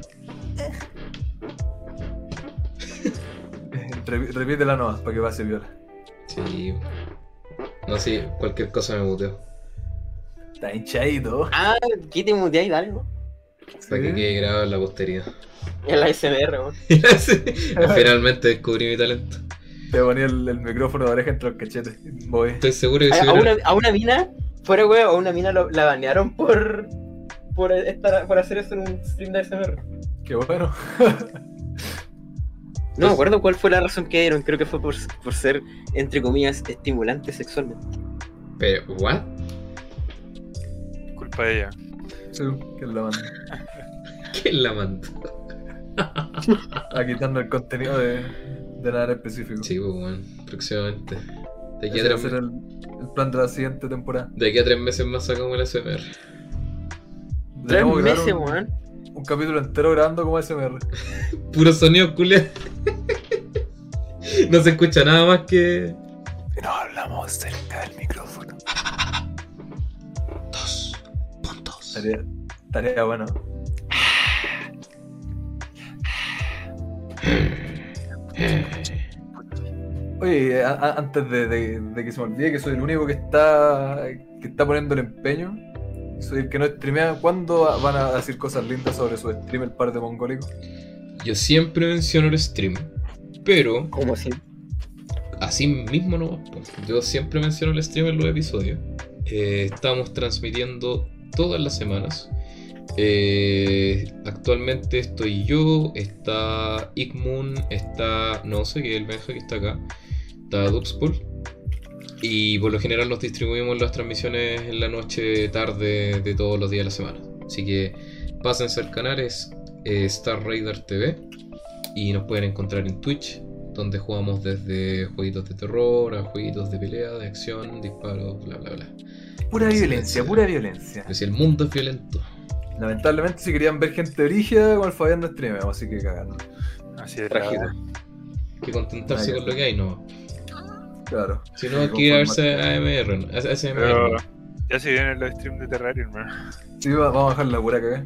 Speaker 3: Repi- Repítela nomás para que pase viola.
Speaker 2: Sí. No, sí, cualquier cosa me muteo.
Speaker 3: Está hinchadito.
Speaker 1: Ah, ¿qué te muteáis? Dale, ¿no?
Speaker 2: Para que quede grabado en la posteridad.
Speaker 1: El ASMR, ¿no?
Speaker 2: Sí, Finalmente descubrí mi talento.
Speaker 3: Te ponía el, el micrófono de oreja entre los cachetes. Voy.
Speaker 2: Estoy seguro que
Speaker 1: A,
Speaker 2: si
Speaker 1: a
Speaker 2: hubiera-
Speaker 1: una, a una mina, fuera weón, a una mina lo- la banearon por. Por, estar, por hacer eso en un stream de ASMR.
Speaker 3: Qué bueno.
Speaker 1: No me acuerdo cuál fue la razón que dieron, creo que fue por, por ser, entre comillas, estimulante sexualmente.
Speaker 2: Pero, ¿what?
Speaker 4: Culpa de ella.
Speaker 3: Sí, que la manda.
Speaker 2: ¿Quién la mandó?
Speaker 3: A quitarnos Ah, el contenido de, de nada específico.
Speaker 2: Sí, pues, weón. Próximamente. De aquí, a
Speaker 3: Ese va a
Speaker 2: tres,
Speaker 3: ser
Speaker 2: me-
Speaker 3: el, el plan de la siguiente temporada.
Speaker 2: de aquí a tres meses más sacamos el ASMR.
Speaker 1: Tres
Speaker 3: Deberíamos grabar
Speaker 1: meses,
Speaker 3: un,
Speaker 1: weón.
Speaker 3: un capítulo entero grabando como SMR.
Speaker 2: Puro sonido, culia. No se escucha nada más que.
Speaker 3: No hablamos cerca del micrófono.
Speaker 2: Dos puntos.
Speaker 3: Tarea, tarea bueno. Oye, eh, a- a- antes de, de- de que se me olvide que soy el único que está que está poniendo el empeño, soy el que no streamea, ¿cuándo van a decir cosas lindas sobre su stream el par de mongólicos?
Speaker 2: Yo siempre menciono el stream, pero
Speaker 1: Como si.
Speaker 2: así mismo no Yo siempre menciono el stream en los episodios. Eh, estamos transmitiendo todas las semanas. Eh, actualmente estoy yo, está Igmoon, está no sé que es el Benja que está acá, está Dubspol. Y por lo general nos distribuimos las transmisiones en la noche, tarde de todos los días de la semana. Así que pásense al canal, es eh, Star Raider TV. Y nos pueden encontrar en Twitch, donde jugamos desde jueguitos de terror a jueguitos de pelea, de acción, disparos, bla bla bla.
Speaker 3: Pura
Speaker 2: Sí,
Speaker 3: violencia,
Speaker 2: sí.
Speaker 3: pura violencia.
Speaker 2: Pero si el mundo es violento.
Speaker 3: Lamentablemente si querían ver gente brígida con el Fabián no streameamos, así que cagando.
Speaker 4: Así de
Speaker 1: Trágico.
Speaker 4: la-
Speaker 2: Hay que contentarse
Speaker 3: Ah, ya.
Speaker 2: con lo que hay, no.
Speaker 3: Claro.
Speaker 2: Si no, hay que darse a AMR. ¿no? A- a
Speaker 4: Pero
Speaker 2: ASMR.
Speaker 4: ya se vienen los streams de Terraria, hermano.
Speaker 3: Sí, va- vamos a dejar la pura cagada.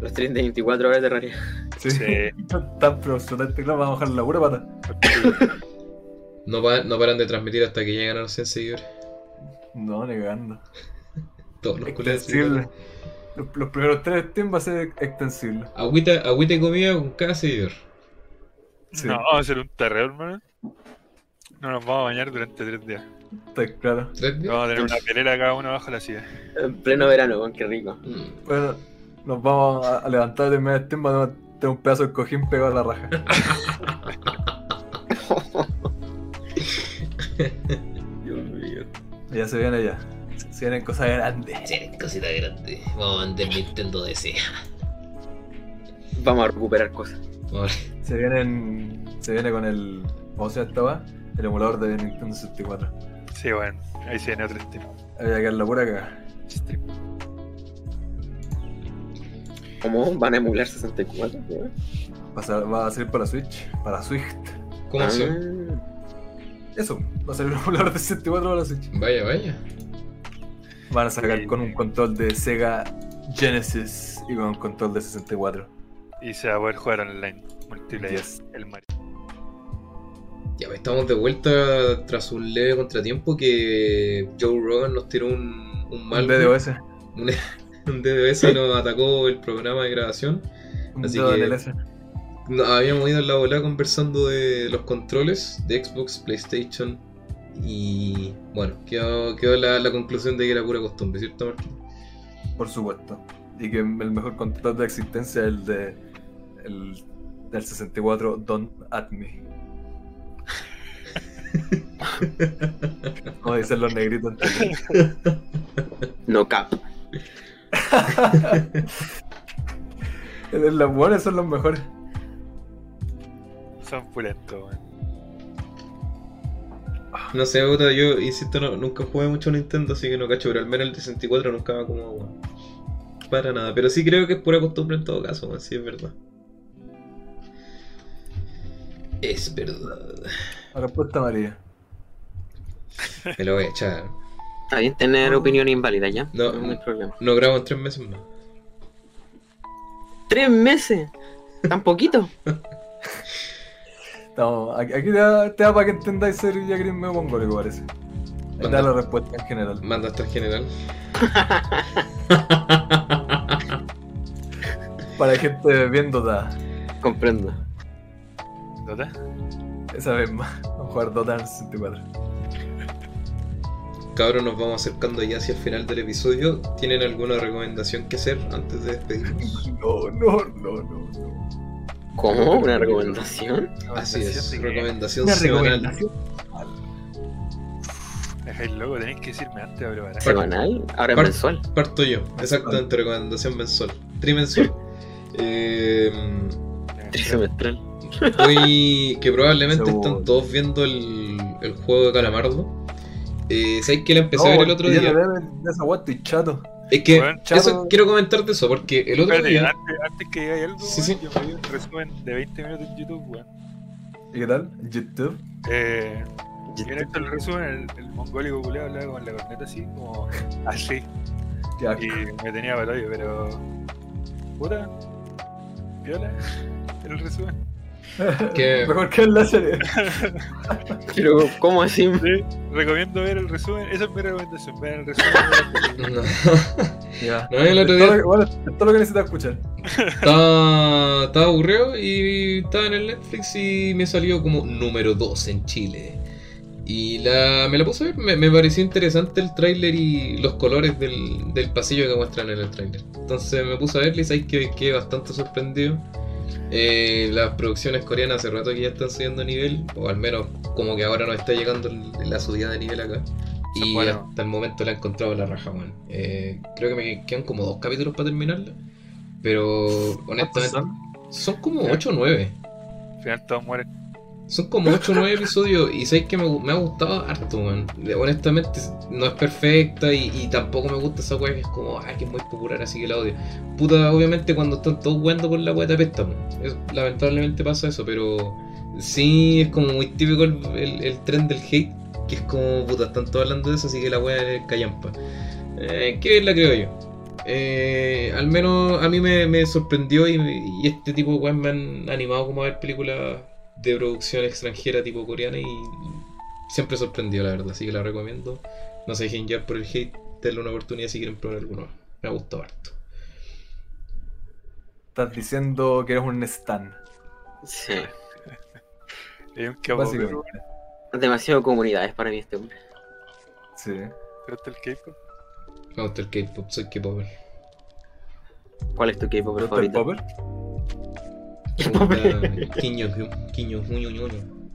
Speaker 1: Los 30 y 24 horas de raria.
Speaker 3: Sí.
Speaker 4: Sí.
Speaker 3: Tan profesional, claro, vamos a dejar la pura pata.
Speaker 2: No, pa- no paran de transmitir hasta que llegan a los 100 seguidores.
Speaker 3: No, ni cagando.
Speaker 2: Todos los culiados
Speaker 3: Extensible. Los, los primeros tres streams va a ser extensible.
Speaker 2: Agüita, agüita y comida con cada seguidor.
Speaker 3: Sí.
Speaker 4: No, vamos a hacer un terreo, hermano. No nos vamos a bañar durante tres días.
Speaker 3: Está claro.
Speaker 2: ¿Tres días?
Speaker 4: Vamos a tener una pelera cada uno bajo la silla.
Speaker 1: En pleno verano, weón, qué rico.
Speaker 2: Mm.
Speaker 3: Bueno, nos vamos a, a levantar de medio stream, vamos a tener un pedazo de cojín pegado a la raja.
Speaker 1: Dios mío.
Speaker 3: Ya se viene ya. Se vienen cosas grandes.
Speaker 2: Sí, cosita grande. Vamos a vender Nintendo DC.
Speaker 1: Vamos a recuperar cosas.
Speaker 2: Vamos
Speaker 3: Se vienen. Se viene con el. ¿Cómo se llama esta weá? El emulador de Nintendo 64.
Speaker 4: Sí, bueno, ahí se viene otro stream.
Speaker 3: Había que la pura cagada.
Speaker 4: Stream.
Speaker 1: ¿Cómo van a emular 64? weón?
Speaker 3: Va a ser- Va a salir para Switch. Para Swift.
Speaker 2: a- ¿Cómo
Speaker 1: Ah,
Speaker 2: se?
Speaker 3: Eso. Va a salir un emulador de 64 para Switch.
Speaker 2: Vaya, vaya.
Speaker 3: Van a sacar con un control de Sega Genesis y con un control de 64.
Speaker 4: Y se va a poder jugar online. Multiplayer.
Speaker 3: Yes.
Speaker 4: El Mario.
Speaker 2: Ya pues, estamos de vuelta tras un leve contratiempo que Joe Rogan nos tiró un, un mal.
Speaker 3: Un DDoS.
Speaker 2: Un, un DDoS y nos atacó el programa de grabación.
Speaker 3: Un
Speaker 2: Así
Speaker 3: dedo
Speaker 2: que-
Speaker 3: en el S.
Speaker 2: No, habíamos ido en la bola conversando de los controles de Xbox, PlayStation y bueno, quedó, quedó la, la conclusión de que era pura costumbre, ¿cierto Martín?
Speaker 3: Por supuesto. Y que el mejor control de existencia es el de. El, del 64 Don't At Me. Como dicen los negritos. en Twitter.
Speaker 1: No cap.
Speaker 3: Eh, Los buenos son los mejores.
Speaker 4: Son pulentos, weón.
Speaker 2: No sé, puta, yo insisto, no- nunca jugué mucho a Nintendo, así que no cacho, pero al menos el de 64 nunca me acomodó weón. para nada, pero sí creo que es pura costumbre en todo caso, así es verdad. Es verdad.
Speaker 3: La respuesta María.
Speaker 2: Me lo voy a echar.
Speaker 1: Está bien tener opinión inválida ya.
Speaker 2: No.
Speaker 1: No, no hay problema.
Speaker 2: No grabo en tres meses más.
Speaker 1: ¡Tres meses! ¿Tan poquito?
Speaker 3: Estamos, aquí aquí te da, te da para que entendáis ser ya gris medio mongólico, parece. Ahí te da la respuesta en general.
Speaker 2: Manda hasta el general.
Speaker 3: Para gente bien dotada.
Speaker 1: Comprendo.
Speaker 4: ¿Dota?
Speaker 3: Esa vez más. Vamos a jugar Dota en el 64.
Speaker 2: Cabros, nos vamos acercando ya hacia el final del episodio. ¿Tienen alguna recomendación que hacer antes de despedirnos?
Speaker 3: No, no, no, no. no.
Speaker 1: ¿Cómo? ¿Una recomendación?
Speaker 2: Así es,
Speaker 4: Recomendación de que-
Speaker 2: recomendación semanal.
Speaker 4: Dejáis loco, tenéis que decirme antes de preparar.
Speaker 1: ¿Semanal? Ahora es
Speaker 2: Par-
Speaker 1: mensual.
Speaker 2: Parto yo, exactamente, recomendación mensual. Trimensual. Eh,
Speaker 1: Trimestral.
Speaker 2: hoy, que probablemente
Speaker 3: Seguro.
Speaker 2: están todos viendo el, el juego de Calamardo. Eh, ¿Sabéis que la empecé a ver el otro
Speaker 3: ya
Speaker 2: día?
Speaker 3: me deben de esa guata, estoy chato.
Speaker 2: Es que
Speaker 4: Bueno,
Speaker 3: chavo.
Speaker 2: eso, quiero comentarte eso, porque el otro
Speaker 4: Espérate,
Speaker 2: día.
Speaker 4: antes, antes que digáis algo,
Speaker 2: Sí, sí.
Speaker 4: weón, yo me vi un resumen de 20 minutos en YouTube, weón.
Speaker 3: ¿Y qué tal? YouTube.
Speaker 4: Eh, y en esto el resumen, el, el mongólico culiado hablaba con la corneta así, como así.
Speaker 3: Ya,
Speaker 4: Y me tenía para el hoyo, pero. Puta. Viola. El resumen.
Speaker 2: que-
Speaker 3: Mejor que en la serie.
Speaker 1: Pero, ¿cómo así?
Speaker 4: Sí, recomiendo ver el resumen. Esa es mi recomendación. Ver el resumen. de
Speaker 2: No,
Speaker 3: Ya.
Speaker 4: la película.
Speaker 2: No, el otro
Speaker 3: Es
Speaker 2: día-
Speaker 3: todo lo que- Bueno, es todo lo que necesitas escuchar.
Speaker 2: Estaba, estaba aburrido y estaba en el Netflix y me salió como número 2 en Chile. Y la, me la puse a ver, me, me pareció interesante el tráiler y los colores del, del pasillo que muestran en el tráiler. Entonces me puse a verla y sabéis que quedé bastante sorprendido. Eh, las producciones coreanas hace rato que ya están subiendo nivel, o al menos como que ahora nos está llegando el- la subida de nivel acá. Y
Speaker 4: Bueno.
Speaker 2: hasta el momento la he encontrado la raja, weón. Eh, creo que me quedan como dos capítulos para terminarla. Pero honestamente, son como 8 o 9.
Speaker 4: Al final todos mueren.
Speaker 2: Son como 8 o 9 episodios y sabéis que me, gu- me ha gustado harto, weón. De- Honestamente, no es perfecta y, y tampoco me gusta esa weá que es como, ay, que es muy popular, así que la odio. Puta, obviamente cuando están todos jugando por la weá te apestan. Es- lamentablemente pasa eso, pero sí es como muy típico el, el, el tren del hate, que es como, puta, están todos hablando de eso, así que la weá es callampa. Eh, ¿Qué es la creo yo? Eh, al menos a mí me, me sorprendió y, y este tipo de weas me han animado como a ver películas de producción extranjera tipo coreana y siempre sorprendió la verdad, así que la recomiendo. No se dejen llevar por el hate, denle una oportunidad si quieren probar alguno. Me ha gustado harto.
Speaker 3: Estás diciendo que eres un Stan.
Speaker 1: Sí.
Speaker 4: Y un capo.
Speaker 3: Básicamente.
Speaker 4: Pero
Speaker 1: Demasiado comunidades para mí este hombre.
Speaker 3: Sí.
Speaker 4: pero está el K-pop.
Speaker 2: Me gusta el K-pop, soy K-popper.
Speaker 1: ¿Cuál es tu equipo
Speaker 3: ¿Pero está el
Speaker 1: favorito?
Speaker 3: popper?
Speaker 2: Me gusta Kim Jong-un, Kim Jong-un, Jong-un.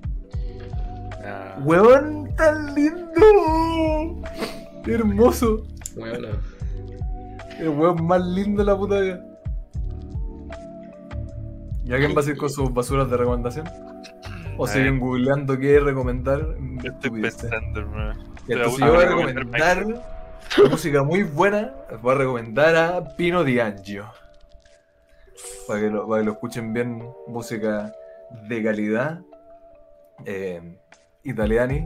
Speaker 4: Ah,
Speaker 3: ¡Huevón tan lindo! Hermoso.
Speaker 2: Weona.
Speaker 3: El weón más lindo de la puta vida. ¿Y alguien va a seguir con sus basuras de recomendación? ¿O
Speaker 4: Ay.
Speaker 3: siguen googleando qué recomendar?
Speaker 4: Yo estoy
Speaker 3: Estupideces.
Speaker 4: pensando, hermano.
Speaker 3: Y entonces yo
Speaker 4: Pero
Speaker 3: voy a
Speaker 4: voy a recomendar
Speaker 3: recomendar música muy buena. Les voy a recomendar a Pino Di Angio. Para que, lo, para que lo escuchen bien, música de calidad. Eh, italiani,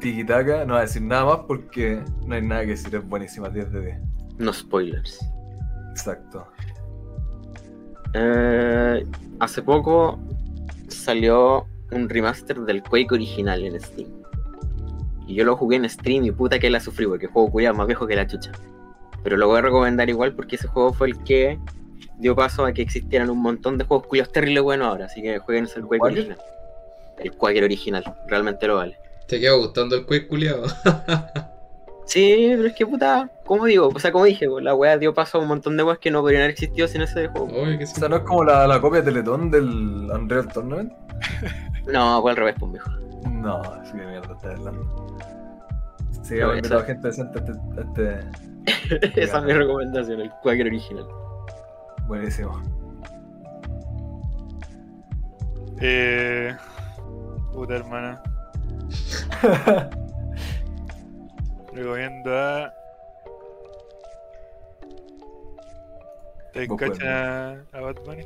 Speaker 3: tiki-taka. No voy a decir nada más porque no hay nada que decir. Es buenísima, 10 de 10.
Speaker 1: No spoilers.
Speaker 3: Exacto.
Speaker 1: Eh, hace poco salió un remaster del Quake original en Steam. Y yo lo jugué en stream y puta que la sufrí, porque juego cuidado más viejo que la chucha. Pero lo voy a recomendar igual porque ese juego fue el que dio paso a que existieran un montón de juegos culiados terribles buenos ahora, así que jueguen ese Quake
Speaker 3: ¿Cuál?
Speaker 1: original. El Quake original, realmente lo vale.
Speaker 2: ¿Te queda gustando el Quake culiado?
Speaker 1: Sí, pero es que puta, como digo, o sea, como dije, pues, la weá dio paso a un montón de weas que no podrían haber existido sin ese juego.
Speaker 2: Obvio que sí.
Speaker 3: O sea, no es como la, la copia de Teletón del Unreal Tournament.
Speaker 1: No, fue al revés, pues, viejo.
Speaker 3: No, sí que mierda está hablando. Sí,
Speaker 1: No,
Speaker 3: hemos invitado
Speaker 1: esa-
Speaker 3: gente decente a este- a este
Speaker 1: Esa es mi recomendación, el Quake original.
Speaker 3: Buenísimo.
Speaker 4: Eh. Puta hermana. Recomiendo a. ¿Te
Speaker 3: Vos
Speaker 4: cachan
Speaker 3: puedes.
Speaker 4: a, a Bad Bunny?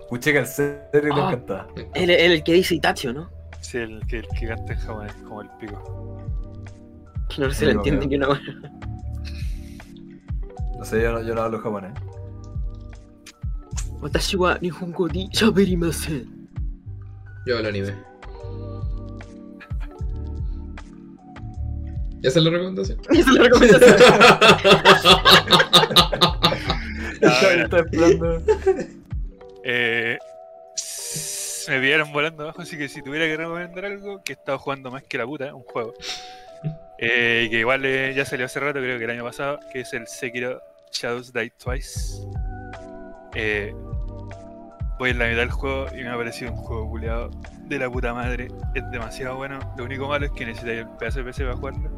Speaker 3: Escuché que al serio le
Speaker 1: Ah.
Speaker 3: encantaba.
Speaker 1: El, el, el que dice Itacho, ¿no?
Speaker 4: Sí, el que, el que canta en japonés, como el pico.
Speaker 1: Que no se le
Speaker 3: No,
Speaker 1: entiende
Speaker 3: no.
Speaker 1: ni una wea.
Speaker 3: No sé, yo no, yo no hablo japonés.
Speaker 1: Watashi wa Nihongo ni shaberimasen.
Speaker 2: Yo el anime. ¿Ya se la recomendación?
Speaker 1: Esa es la recomendación.
Speaker 3: Estaba-
Speaker 4: bueno.
Speaker 3: estaba esperando.
Speaker 4: Eh, s- me pillaron volando abajo, así que si tuviera que recomendar algo, que he estado jugando más que la puta, un juego. Eh, y que igual eh, ya salió hace rato, creo que el año pasado, que es el Sekiro Shadows Die Twice. Eh, voy en la mitad del juego y me ha parecido un juego culeado de la puta madre. Es demasiado bueno. Lo único malo es que necesitáis el pedazo de PC para jugarlo.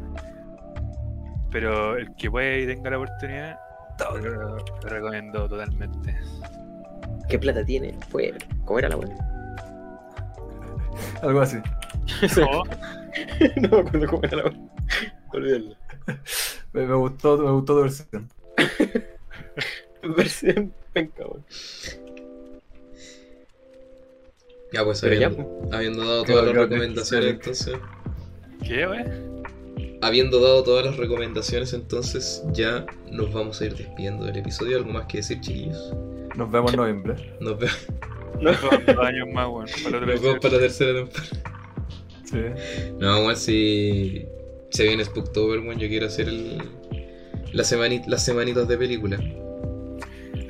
Speaker 4: Pero el que puede y tenga la oportunidad, lo, lo recomiendo totalmente.
Speaker 1: ¿Qué plata tiene? Pues, ¿cómo era la wea?
Speaker 3: Algo así.
Speaker 4: No,
Speaker 1: no me acuerdo cómo era la wea. Olvídalo.
Speaker 3: Me, me gustó, me gustó tu versión.
Speaker 1: Versión penca, weón.
Speaker 2: ya pues,
Speaker 1: Pero ya,
Speaker 2: habiendo, habiendo dado
Speaker 3: Creo
Speaker 2: todas las
Speaker 3: que-
Speaker 2: recomendaciones entonces.
Speaker 4: ¿Qué, wey?
Speaker 2: Habiendo dado todas las recomendaciones entonces, ya nos vamos a ir despidiendo del episodio. ¿Algo más que decir, chiquillos?
Speaker 3: Nos vemos en noviembre.
Speaker 2: Nos vemos,
Speaker 4: Dos años más, weón. Para la
Speaker 2: nos
Speaker 4: otra
Speaker 2: vemos
Speaker 4: vez.
Speaker 2: para la tercera temporada.
Speaker 3: Sí.
Speaker 2: No, igual si se viene Spooktober, bueno, yo quiero hacer el, la semani- las semanitas de película.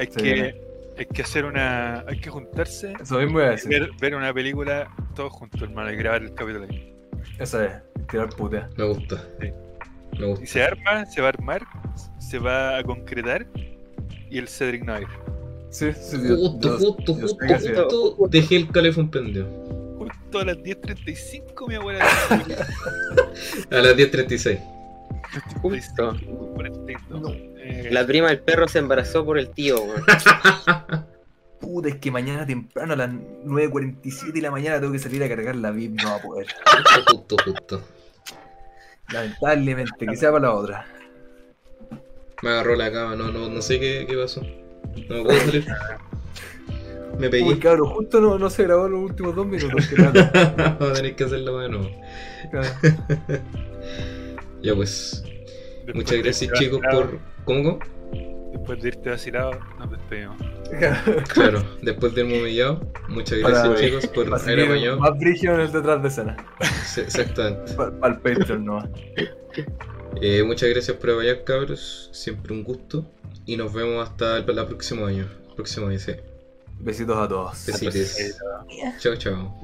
Speaker 4: Hay
Speaker 3: Sí,
Speaker 4: que, hay que hacer una. Hay que juntarse.
Speaker 3: Eso mismo iba a decir.
Speaker 4: Ver, ver una película todos juntos, hermano, y grabar el capítulo. ahí.
Speaker 3: Eso es. Tirar putea.
Speaker 2: Me gusta.
Speaker 4: Sí.
Speaker 2: Me
Speaker 4: Y
Speaker 2: gusta.
Speaker 4: se arma, se va a armar, se va a concretar. Y el Cedric no va a ir.
Speaker 3: Sí, sí, yo-
Speaker 2: Justo,
Speaker 3: yo-
Speaker 2: justo,
Speaker 3: yo sé
Speaker 2: justo,
Speaker 3: que sí.
Speaker 2: justo, dejé el calefón prendido.
Speaker 4: Justo a las 10.35 mi abuela.
Speaker 2: A las 10.36.
Speaker 1: Justo.
Speaker 4: 42. este Eh,
Speaker 1: La prima del perro se embarazó por el tío, weón.
Speaker 3: Puta, es que mañana temprano a las 9.47 de la mañana tengo que salir a cargar la VIP. No va a poder.
Speaker 2: Justo, justo, justo.
Speaker 3: Lamentablemente, que sea para la otra.
Speaker 2: Me agarró la cama, no, no, no sé qué, qué pasó. No me puedo salir. Me pegué.
Speaker 3: Uy, cabrón, justo no, no se grabó los últimos dos minutos. que nada.
Speaker 2: Vamos a tener que hacerlo de nuevo.
Speaker 3: Claro.
Speaker 2: Ya pues.
Speaker 4: después de
Speaker 2: Muchas
Speaker 4: irte
Speaker 2: gracias
Speaker 4: vacilado-
Speaker 2: chicos por. ¿Cómo?
Speaker 4: Después de irte vacilado, nos despedimos.
Speaker 2: Claro, después del humillado. Muchas
Speaker 3: Para-
Speaker 2: gracias chicos por
Speaker 3: Va a
Speaker 2: haber
Speaker 3: salir
Speaker 2: apañado.
Speaker 3: más brígido en el detrás de escena.
Speaker 2: Sí, Exactamente.
Speaker 3: Para el Patreon nomás.
Speaker 2: Eh, muchas gracias por apañar, cabros. Siempre un gusto. Y nos vemos hasta el la próximo año. Próximo año, sí.
Speaker 3: Besitos a todos.
Speaker 2: Besitos. Chao, chao.